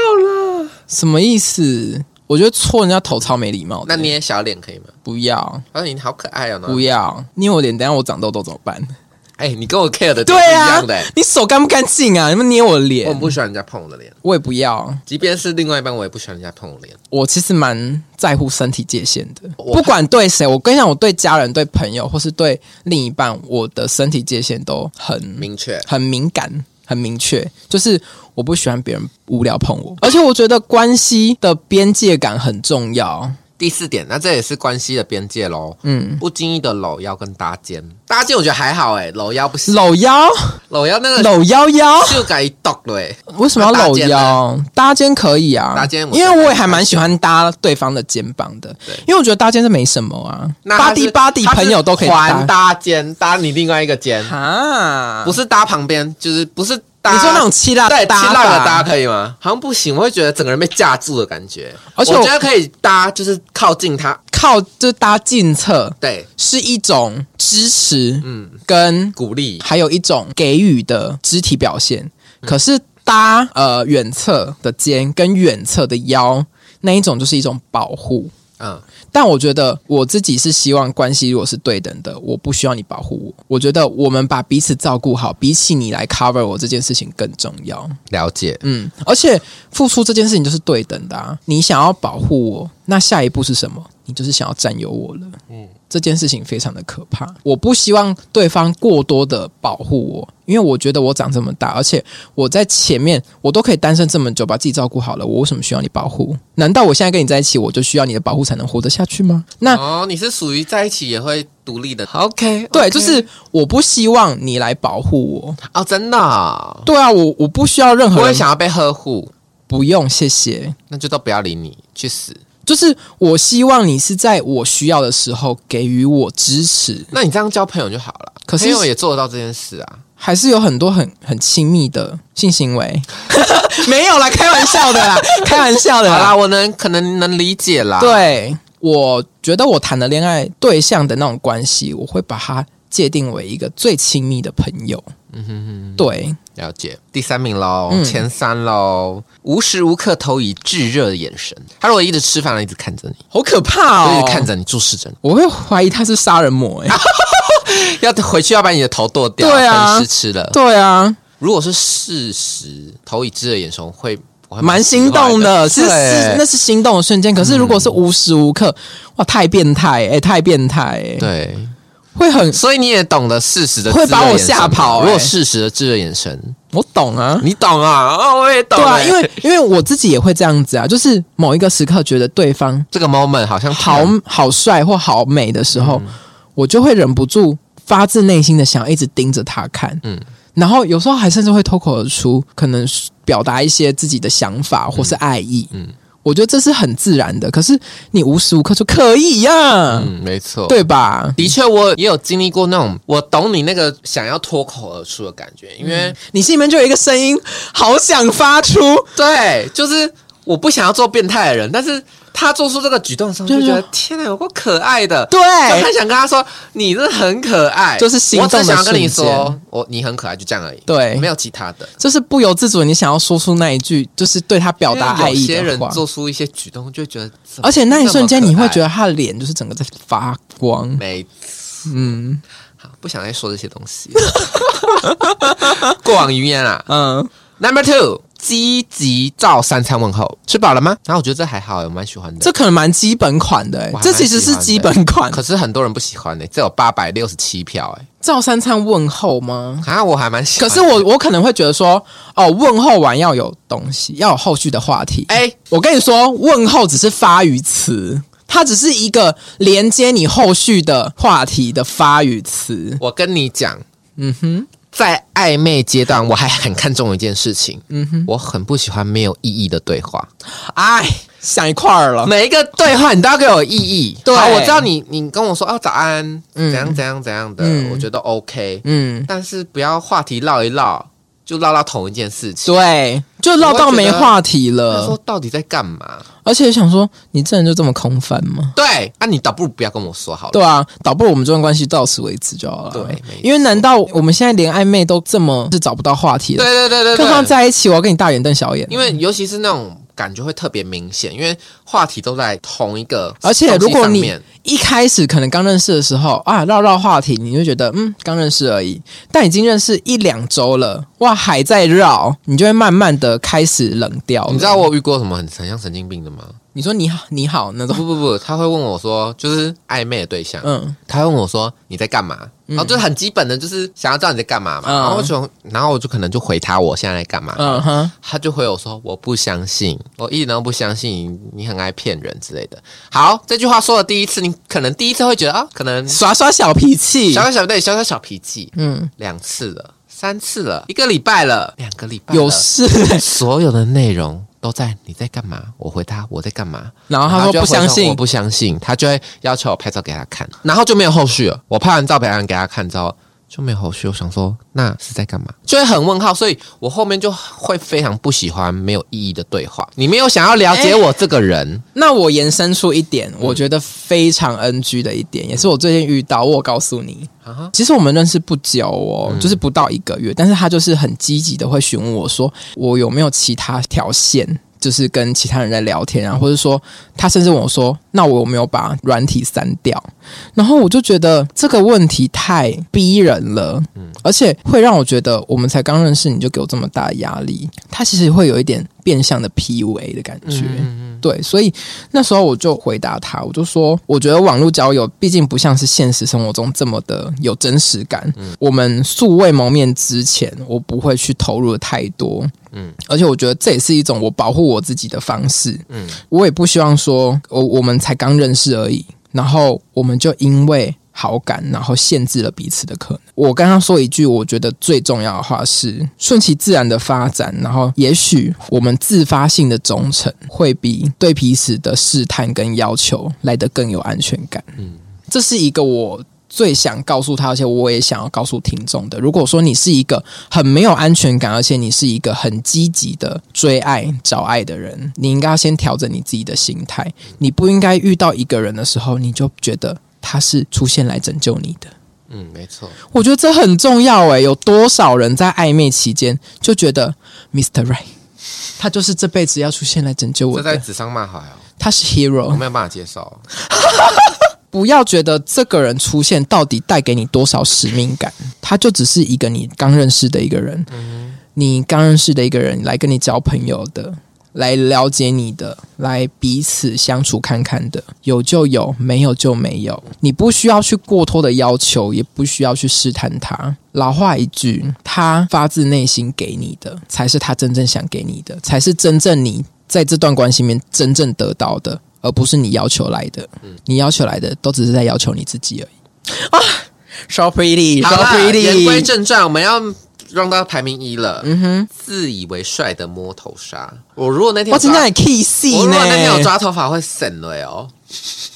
Speaker 1: 了。
Speaker 2: 什么意思？我觉得戳人家头超没礼貌的。
Speaker 1: 那捏小脸可以吗？
Speaker 2: 不要
Speaker 1: 他说你好可爱哦、然后
Speaker 2: 不要捏我脸，等一下我长痘痘怎么办？ [laughs]
Speaker 1: 哎、你跟我 care 的
Speaker 2: 对
Speaker 1: 点是一
Speaker 2: 啊
Speaker 1: 样的、欸，
Speaker 2: 你手干不干净啊？你们捏我脸，
Speaker 1: 我
Speaker 2: 我
Speaker 1: 很不喜欢人家碰我的脸，
Speaker 2: 也不要。
Speaker 1: 即便是另外一半，我也不喜欢人家碰我脸。
Speaker 2: 我其实蛮在乎身体界限的，
Speaker 1: 我
Speaker 2: 不管对谁，我跟你讲，我对家人、对朋友或是对另一半，我的身体界限都很
Speaker 1: 明确，
Speaker 2: 很敏感、很明确，就是我不喜欢别人无聊碰我，而且我觉得关系的边界感很重要。
Speaker 1: 第四点，那这也是关系的边界喽。
Speaker 2: 嗯，
Speaker 1: 不经意的搂腰跟搭肩，搭肩我觉得还好哎、搂腰不行，
Speaker 2: 搂腰，
Speaker 1: 搂腰那个
Speaker 2: 搂腰腰，
Speaker 1: 就该抖了哎、
Speaker 2: [laughs] 为什么要搂腰？搭肩可以啊，
Speaker 1: 搭肩我
Speaker 2: 因为我也还蛮喜欢搭对方的肩膀的
Speaker 1: 对，
Speaker 2: 因为我觉得搭肩是没什么啊，
Speaker 1: 那
Speaker 2: 巴
Speaker 1: 他
Speaker 2: 蒂
Speaker 1: 是
Speaker 2: 巴蒂
Speaker 1: 他是
Speaker 2: 朋友都可以
Speaker 1: 环
Speaker 2: 搭
Speaker 1: 搭肩，搭你另外一个肩，
Speaker 2: 啊，
Speaker 1: 不
Speaker 2: 是
Speaker 1: 是搭旁边，就是不是搭
Speaker 2: 你说那种七辣
Speaker 1: 对
Speaker 2: 搭
Speaker 1: 亲辣的搭
Speaker 2: 法
Speaker 1: 可以吗？好像不行，我会觉得整个人被架住的感觉。
Speaker 2: 而且
Speaker 1: 我
Speaker 2: 我
Speaker 1: 觉得可以搭，就是靠近他，
Speaker 2: 靠就是搭近侧
Speaker 1: 对，
Speaker 2: 是一种支持，
Speaker 1: 嗯，
Speaker 2: 跟
Speaker 1: 鼓励，
Speaker 2: 还有一种给予的肢体表现。
Speaker 1: 嗯
Speaker 2: 可是搭呃远侧的肩跟远侧的腰那一种就是一种保护。
Speaker 1: 嗯，
Speaker 2: 但我觉得我自己是希望关系如果是对等的，我不需要你保护我。我觉得我们把彼此照顾好，比起你来 cover 我这件事情更重要。
Speaker 1: 了解。
Speaker 2: 嗯，而且付出这件事情就是对等的、啊。你想要保护我，那下一步是什么？你就是想要占有我了。嗯，这件事情非常的可怕。我不希望对方过多的保护我，因为我觉得我长这么大，而且我在前面我都可以单身这么久，把自己照顾好了，我为什么需要你保护？难道我现在跟你在一起，我就需要你的保护才能活得下去吗？那
Speaker 1: 哦，你是属于在一起也会独立的，OK？
Speaker 2: 对，就是我不希望你来保护我。
Speaker 1: 哦，真的啊、
Speaker 2: 对啊，我我不需要任
Speaker 1: 不
Speaker 2: 何
Speaker 1: 会
Speaker 2: 人，
Speaker 1: 想要被呵护，
Speaker 2: 不用谢谢。
Speaker 1: 那就都不要理你，去死。
Speaker 2: 就是我希望你是在我需要的时候给予我支持，
Speaker 1: 那你这样交朋友就好了，
Speaker 2: 可是
Speaker 1: 朋友也做得到这件事啊。
Speaker 2: 还是有很多很很亲密的性行为， [laughs] 没有啦，开玩笑的
Speaker 1: [laughs]
Speaker 2: 啦，开玩笑的
Speaker 1: 好
Speaker 2: 啦。
Speaker 1: 啦，我能可能能理解啦。，
Speaker 2: 啊对，我觉得我谈的恋爱对象的那种关系，我会把它界定为一个最亲密的朋友。
Speaker 1: 嗯哼哼，
Speaker 2: 对，
Speaker 1: 了解。第三名喽，
Speaker 2: 嗯
Speaker 1: 前三喽，无时无刻投以炙热的眼神。他如果一直吃饭，一直看着你，
Speaker 2: 好可怕
Speaker 1: 就
Speaker 2: 哦！
Speaker 1: 一直看，着你，啊注视着你，
Speaker 2: 我会怀疑他是杀人魔、欸。
Speaker 1: 要回去要把你的头剁掉，
Speaker 2: 对啊
Speaker 1: 分尸吃了。
Speaker 2: 对啊，
Speaker 1: 如果是事实，投以炙热的眼神我会，我会
Speaker 2: 啊蛮心动
Speaker 1: 的。
Speaker 2: 的，是是
Speaker 1: 对
Speaker 2: 那是心动的瞬间。可是如果是无时无刻，哇，太变态，哎、太变态、哎，
Speaker 1: 对，
Speaker 2: 会很
Speaker 1: 所以你也懂得事实的炙热眼
Speaker 2: 会
Speaker 1: 神
Speaker 2: 把
Speaker 1: 吗，
Speaker 2: 我吓跑欸
Speaker 1: 如果事实的炙热眼神，
Speaker 2: 我懂啊，
Speaker 1: 你懂啊？ [laughs] 哦，我也懂
Speaker 2: 对啊，
Speaker 1: 欸
Speaker 2: 因为因为我自己也会这样子啊，就是某一个时刻觉得对方
Speaker 1: 这个 moment 好像
Speaker 2: 好好帅或好美的时
Speaker 1: 嗯
Speaker 2: 候，我就会忍不住发自内心的想要一直盯着他看，
Speaker 1: 嗯
Speaker 2: 嗯，然后有时候还甚至会脱口而出，可能表达一些自己的想法或是爱意，
Speaker 1: 嗯
Speaker 2: 嗯。我觉得这是很自然的，可是你无时无刻就可以啊呀、
Speaker 1: 嗯，没错，。
Speaker 2: 对吧？
Speaker 1: 的确，我也有经历过那种，我懂你那个想要脱口而出的感觉，因为、
Speaker 2: 你心里面就有一个声音，好想发出，
Speaker 1: 对，就是我不想要做变态的人，但是他做出这个举动的时候，
Speaker 2: 对
Speaker 1: 就觉得
Speaker 2: 对
Speaker 1: 天哪，有够可爱的，
Speaker 2: 对，
Speaker 1: 就很想跟他说，你真的很可爱，
Speaker 2: 就是心
Speaker 1: 我
Speaker 2: 动的
Speaker 1: 只想要跟你
Speaker 2: 瞬
Speaker 1: 说
Speaker 2: 间，
Speaker 1: 我你很可爱，就这样而已，
Speaker 2: 对
Speaker 1: 没有其他的。
Speaker 2: 就是不由自主，你想要说出那一句，就是对他表达爱
Speaker 1: 因为有
Speaker 2: 意
Speaker 1: 些
Speaker 2: 的
Speaker 1: 人
Speaker 2: 话。
Speaker 1: 做出一些举动，就会觉得，怎么
Speaker 2: 而且那一瞬间，你会觉
Speaker 1: 这么
Speaker 2: 得他的脸就是整个在发光
Speaker 1: 可爱，没
Speaker 2: 嗯
Speaker 1: 好不想再说这些东西， [laughs] 过往云烟啊。
Speaker 2: 嗯，
Speaker 1: Number two，积极照三餐问候，吃饱了吗？啊然后我觉得这还好，我蛮喜欢的。
Speaker 2: 这可能蛮基本款的、欸
Speaker 1: 我，还
Speaker 2: 这其实是基本款。
Speaker 1: 可是很多人不喜欢呢、这有八百六十七票哎、
Speaker 2: 照三餐问候吗？
Speaker 1: 啊，我还蛮喜
Speaker 2: 可
Speaker 1: 欢的。
Speaker 2: 是我我可能会觉得说，哦，问候完要有东西，要有后续的话题。
Speaker 1: 哎、
Speaker 2: 我跟你说，问候只是发语词，它只是一个连接你后续的话题的发语词。
Speaker 1: 我跟你讲，
Speaker 2: 嗯哼，
Speaker 1: 在暧昧阶段，我还很看重一件事情，
Speaker 2: 嗯哼，
Speaker 1: 我很不喜欢没有意义的对话。
Speaker 2: 哎，想一块儿了。
Speaker 1: 每一个对话你都要给我有意义。
Speaker 2: 对
Speaker 1: 好我知道你，你跟我说哦早安，
Speaker 2: 嗯
Speaker 1: 怎样怎样怎样的，
Speaker 2: 嗯
Speaker 1: 我觉得 OK，
Speaker 2: 嗯，
Speaker 1: 但是不要话题绕一绕，就绕到同一件事情。
Speaker 2: 对，就绕到没话题
Speaker 1: 他说
Speaker 2: 了。
Speaker 1: 到底在干嘛？
Speaker 2: 而且想说，你这人就这么空泛吗？
Speaker 1: 对，啊那、你倒不如不要跟我说好了。
Speaker 2: 对啊，倒不如我们这段关系到此为止就好了。
Speaker 1: 哦对没错
Speaker 2: 因为难道我们现在连暧昧都这么是找不到话题了？
Speaker 1: 对对对对
Speaker 2: 更何况
Speaker 1: 对，
Speaker 2: 在一起，我要跟你大眼瞪小眼。
Speaker 1: 因为尤其是那种感觉会特别明显，因为话题都在同一个
Speaker 2: 而
Speaker 1: 东西
Speaker 2: 且
Speaker 1: 上面，
Speaker 2: 如果你一开始可能刚认识的时候啊，绕绕话题，你就觉得嗯，刚认识而已。但已经认识一两周了，哇，还在绕，你就会慢慢的开始冷掉了。
Speaker 1: 哦你知道我有遇过什么很很像神经病的吗？
Speaker 2: 你说你好，你好
Speaker 1: [laughs]
Speaker 2: 那种，
Speaker 1: 不不不，他会问我说，就是暧昧的对象，
Speaker 2: 嗯，
Speaker 1: 他会问我说你在干嘛，然后就是很基本的，就是想要知道你在干嘛嘛，
Speaker 2: 嗯
Speaker 1: 然后我就然后我就可能就回他我现在在干嘛，
Speaker 2: 嗯哼，
Speaker 1: 他就回我说我不相信，我一点都不相信你很爱骗人之类的。好，这句话说的第一次，你可能第一次会觉得啊，可能
Speaker 2: 耍耍小脾气
Speaker 1: 小，小小对小小小脾气，
Speaker 2: 嗯，
Speaker 1: 两次了，三次了，一个礼拜了，两个礼拜了
Speaker 2: 有事， [laughs]
Speaker 1: 所有的内容都在你在干嘛？我回他我在干嘛？
Speaker 2: 然后他
Speaker 1: 就会
Speaker 2: 说不相
Speaker 1: 回我
Speaker 2: 信，
Speaker 1: 不相信，他就会要求我拍照给他看，然后就没有后续了。我拍完照表演给他看之后就没有后续，我想说那是在干嘛？就会很问号，所以我后面就会非常不喜欢没有意义的对话。你没有想要了解我这个人，
Speaker 2: 那我延伸出一点，我觉得非常 NG 的一点，也是我最近遇到，我有告诉你
Speaker 1: 啊哈，
Speaker 2: 其实我们认识不久哦，就是不到一个月，但是他就是很积极的会询问我说，我有没有其他条线。就是跟其他人在聊天啊，或者说他甚至问我说：“那我有没有把软体删掉？”然后我就觉得这个问题太逼人了，而且会让我觉得我们才刚认识你就给我这么大的压力，他其实会有一点变相的 PUA 的感觉。对，所以那时候我就回答他，我就说，我觉得网络交友毕竟不像是现实生活中这么的有真实感。我们素未谋面之前，我不会去投入太多。嗯，而且我觉得这也是一种我保护我自己的方式。嗯，我也不希望说，我我们才刚认识而已，然后我们就因为好感，然后限制了彼此的可能。我刚刚说一句，我觉得最重要的话是顺其自然的发展，然后也许我们自发性的忠诚会比对彼此的试探跟要求来得更有安全感。嗯，这是一个我。最想告诉他，而且我也想要告诉听众的。如果说你是一个很没有安全感，而且你是一个很积极的追爱、找爱的人，你应该要先调整你自己的心态。你不应该遇到一个人的时候，你就觉得他是出现来拯救你的。
Speaker 1: 嗯，没错，
Speaker 2: 我觉得这很重要诶、有多少人在暧昧期间就觉得 Mr. Right，他就是这辈子要出现来拯救我
Speaker 1: 这在
Speaker 2: 的，
Speaker 1: 纸上骂好呀，
Speaker 2: 他是
Speaker 1: 我
Speaker 2: hero。
Speaker 1: 没有办法接受。
Speaker 2: 不要觉得这个人出现到底带给你多少使命感，他就只是一个你刚认识的一个人，你刚认识的一个人来跟你交朋友的，来了解你的，来彼此相处看看的，有就有，没有就没有。你不需要去过多的要求，也不需要去试探他。老话一句，他发自内心给你的，才是他真正想给你的，才是真正你在这段关系里面真正得到的，而不是你要求来的。你要求来的都只是在要求你自己而已啊。So pretty,
Speaker 1: 好
Speaker 2: so
Speaker 1: 啦，言归
Speaker 2: pretty。
Speaker 1: 正传，我们要让他排名一了。嗯哼，自以为帅的摸头杀。我如果那天
Speaker 2: 我
Speaker 1: 有
Speaker 2: 真
Speaker 1: 抓
Speaker 2: 的很 kiss
Speaker 1: 我如果那天有
Speaker 2: 呢，
Speaker 1: 抓头发会省了哦。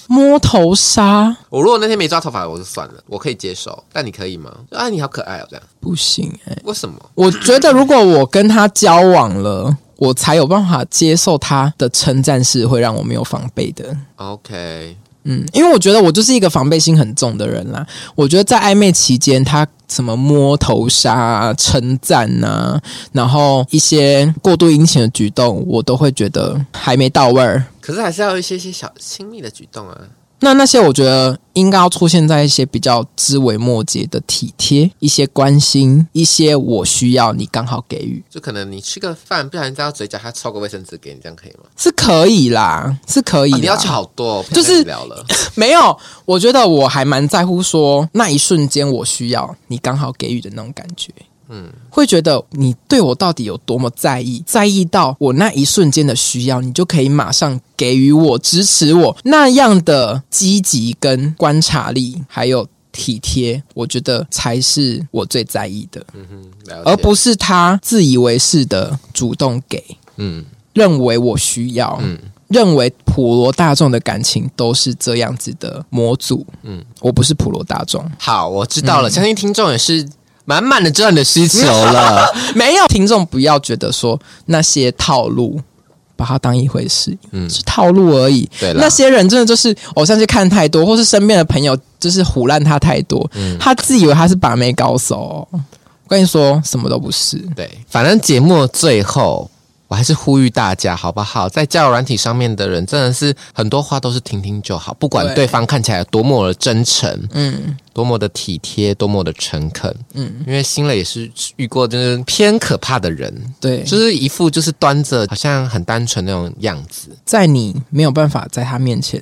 Speaker 2: 摸头杀
Speaker 1: 我如果那天没抓头发，我就算了，我可以接受。但你可以吗？啊，你好可爱哦，这样
Speaker 2: 不行哎、
Speaker 1: 为什么？
Speaker 2: 我觉得如果我跟他交往了，我才有办法接受他的称赞是会让我没有防备的。
Speaker 1: OK，
Speaker 2: 嗯，因为我觉得我就是一个防备心很重的人啦。我觉得在暧昧期间，他什么摸头杀、啊、称赞呐，然后一些过度殷勤的举动，我都会觉得还没到位儿。
Speaker 1: 可是还是要有一些些小亲密的举动啊。
Speaker 2: 那那些我觉得应该要出现在一些比较枝微末节的体贴、一些关心、一些我需要你刚好给予，
Speaker 1: 就可能你吃个饭，不小心沾到嘴角，他抽个卫生纸给你，这样可以吗？
Speaker 2: 是可以啦，是可以
Speaker 1: 啊
Speaker 2: 啦。
Speaker 1: 你要求好多、哦，不想
Speaker 2: 就是
Speaker 1: 跟你聊
Speaker 2: [laughs]
Speaker 1: 了。
Speaker 2: 没有，我觉得我还蛮在乎说那一瞬间我需要你刚好给予的那种感觉。嗯，会觉得你对我到底有多么在意，在意到我那一瞬间的需要，你就可以马上给予我支持我那样的积极跟观察力，还有体贴，我觉得才是我最在意的，
Speaker 1: 嗯哼，了解。
Speaker 2: 而不是他自以为是的主动给，
Speaker 1: 嗯，
Speaker 2: 认为我需要，
Speaker 1: 嗯
Speaker 2: 认为普罗大众的感情都是这样子的模组，嗯，我不是普罗大众，
Speaker 1: 好，我知
Speaker 2: 嗯
Speaker 1: 道了，相信听众也是满满的知道你的需求了。
Speaker 2: [laughs] 没有听众不要觉得说那些套路。把它当一回事，
Speaker 1: 嗯
Speaker 2: 是套路而已。
Speaker 1: 对啦
Speaker 2: 那些人真的就是偶像剧看太多，或是身边的朋友就是胡乱他太多，
Speaker 1: 嗯
Speaker 2: 他自以为他是把妹高手哦、我跟你说，什么都不是。
Speaker 1: 对，反正节目的最后，我还是呼吁大家，好不好？在交友软体上面的人，真的是很多话都是听听就好，不管
Speaker 2: 对
Speaker 1: 对方看起来有多么的真诚，
Speaker 2: 嗯，
Speaker 1: 多么的体贴，多么的诚恳，嗯，因为新磊也是遇过就是偏可怕的人，
Speaker 2: 对，就
Speaker 1: 就是是一副就是端着好像很单纯那种样子，
Speaker 2: 在你没有办法在他面前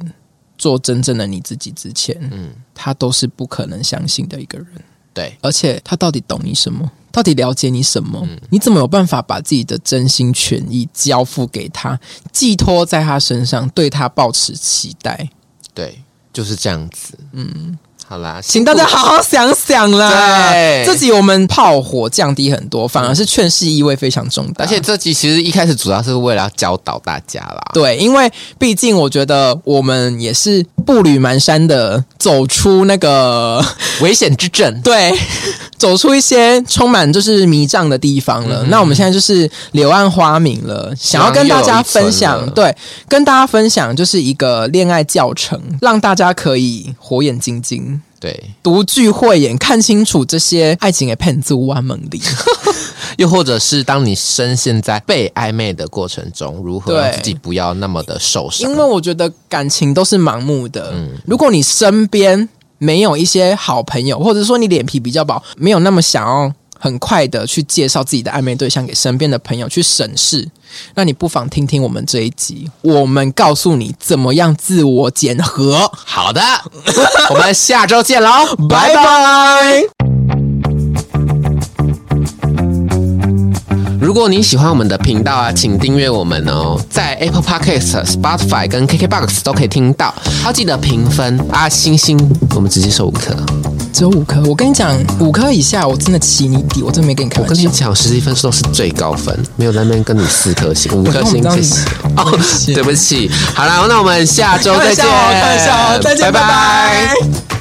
Speaker 2: 做真正的你自己之前，嗯，他都是不可能相信的一个人。
Speaker 1: 对，
Speaker 2: 而且他到底懂你什么？到底了解你什么？
Speaker 1: 嗯
Speaker 2: 你怎么有办法把自己的真心全意交付给他，寄托在他身上，对他抱持期待？
Speaker 1: 对，就是这样子，嗯，好啦，
Speaker 2: 请大家好好想想啦。
Speaker 1: 对
Speaker 2: 这集我们炮火降低很多，反而是劝世意味非常重大。
Speaker 1: 而且这集其实一开始主要是为了要教导大家啦，
Speaker 2: 对，因为毕竟我觉得我们也是步履蹒跚的走出那个
Speaker 1: 危险之症，
Speaker 2: 对，走出一些充满就是迷障的地方了。那我们现在就是柳暗花明了，想要跟大家分
Speaker 1: 又有一
Speaker 2: 享，
Speaker 1: 村了
Speaker 2: 对，跟大家分享就是一个恋爱教程，让大家可以火眼金睛。
Speaker 1: 对，
Speaker 2: 独具慧眼，看清楚这些爱情的骗子弯门里。
Speaker 1: 又或者是当你深陷在被暧昧的过程中，如何让
Speaker 2: 对
Speaker 1: 自己不要那么的受伤？
Speaker 2: 因为我觉得感情都是盲目的。
Speaker 1: 嗯
Speaker 2: 如果你身边没有一些好朋友，或者说你脸皮比较薄，没有那么想要很快的去介绍自己的暧昧对象给身边的朋友去审视，那你不妨听听我们这一集，我们告诉你怎么样自我检核。
Speaker 1: 好的， [laughs] 我们下周见喽，
Speaker 2: 拜
Speaker 1: 拜拜。
Speaker 2: 拜。
Speaker 1: 如果你喜欢我们的频道啊，请订阅我们哦，在 Apple Podcast、Spotify 跟 KKBox 都可以听到。还要记得评分啊，星星，我们直接收五颗。
Speaker 2: 只有五颗，我跟你讲，五颗以下我真的起你底，我真的没跟你开
Speaker 1: 我
Speaker 2: 玩
Speaker 1: 跟你
Speaker 2: 笑。
Speaker 1: 讲，实际分数都是最高分，没有在那边跟你四颗星、五颗
Speaker 2: 我
Speaker 1: 星，
Speaker 2: 看不到
Speaker 1: 谢
Speaker 2: 你
Speaker 1: 谢。哦
Speaker 2: 对不起
Speaker 1: 对不起，好啦，那我们下周再见，
Speaker 2: 开玩笑哦开玩笑哦再见，
Speaker 1: 拜
Speaker 2: 拜
Speaker 1: 拜
Speaker 2: 拜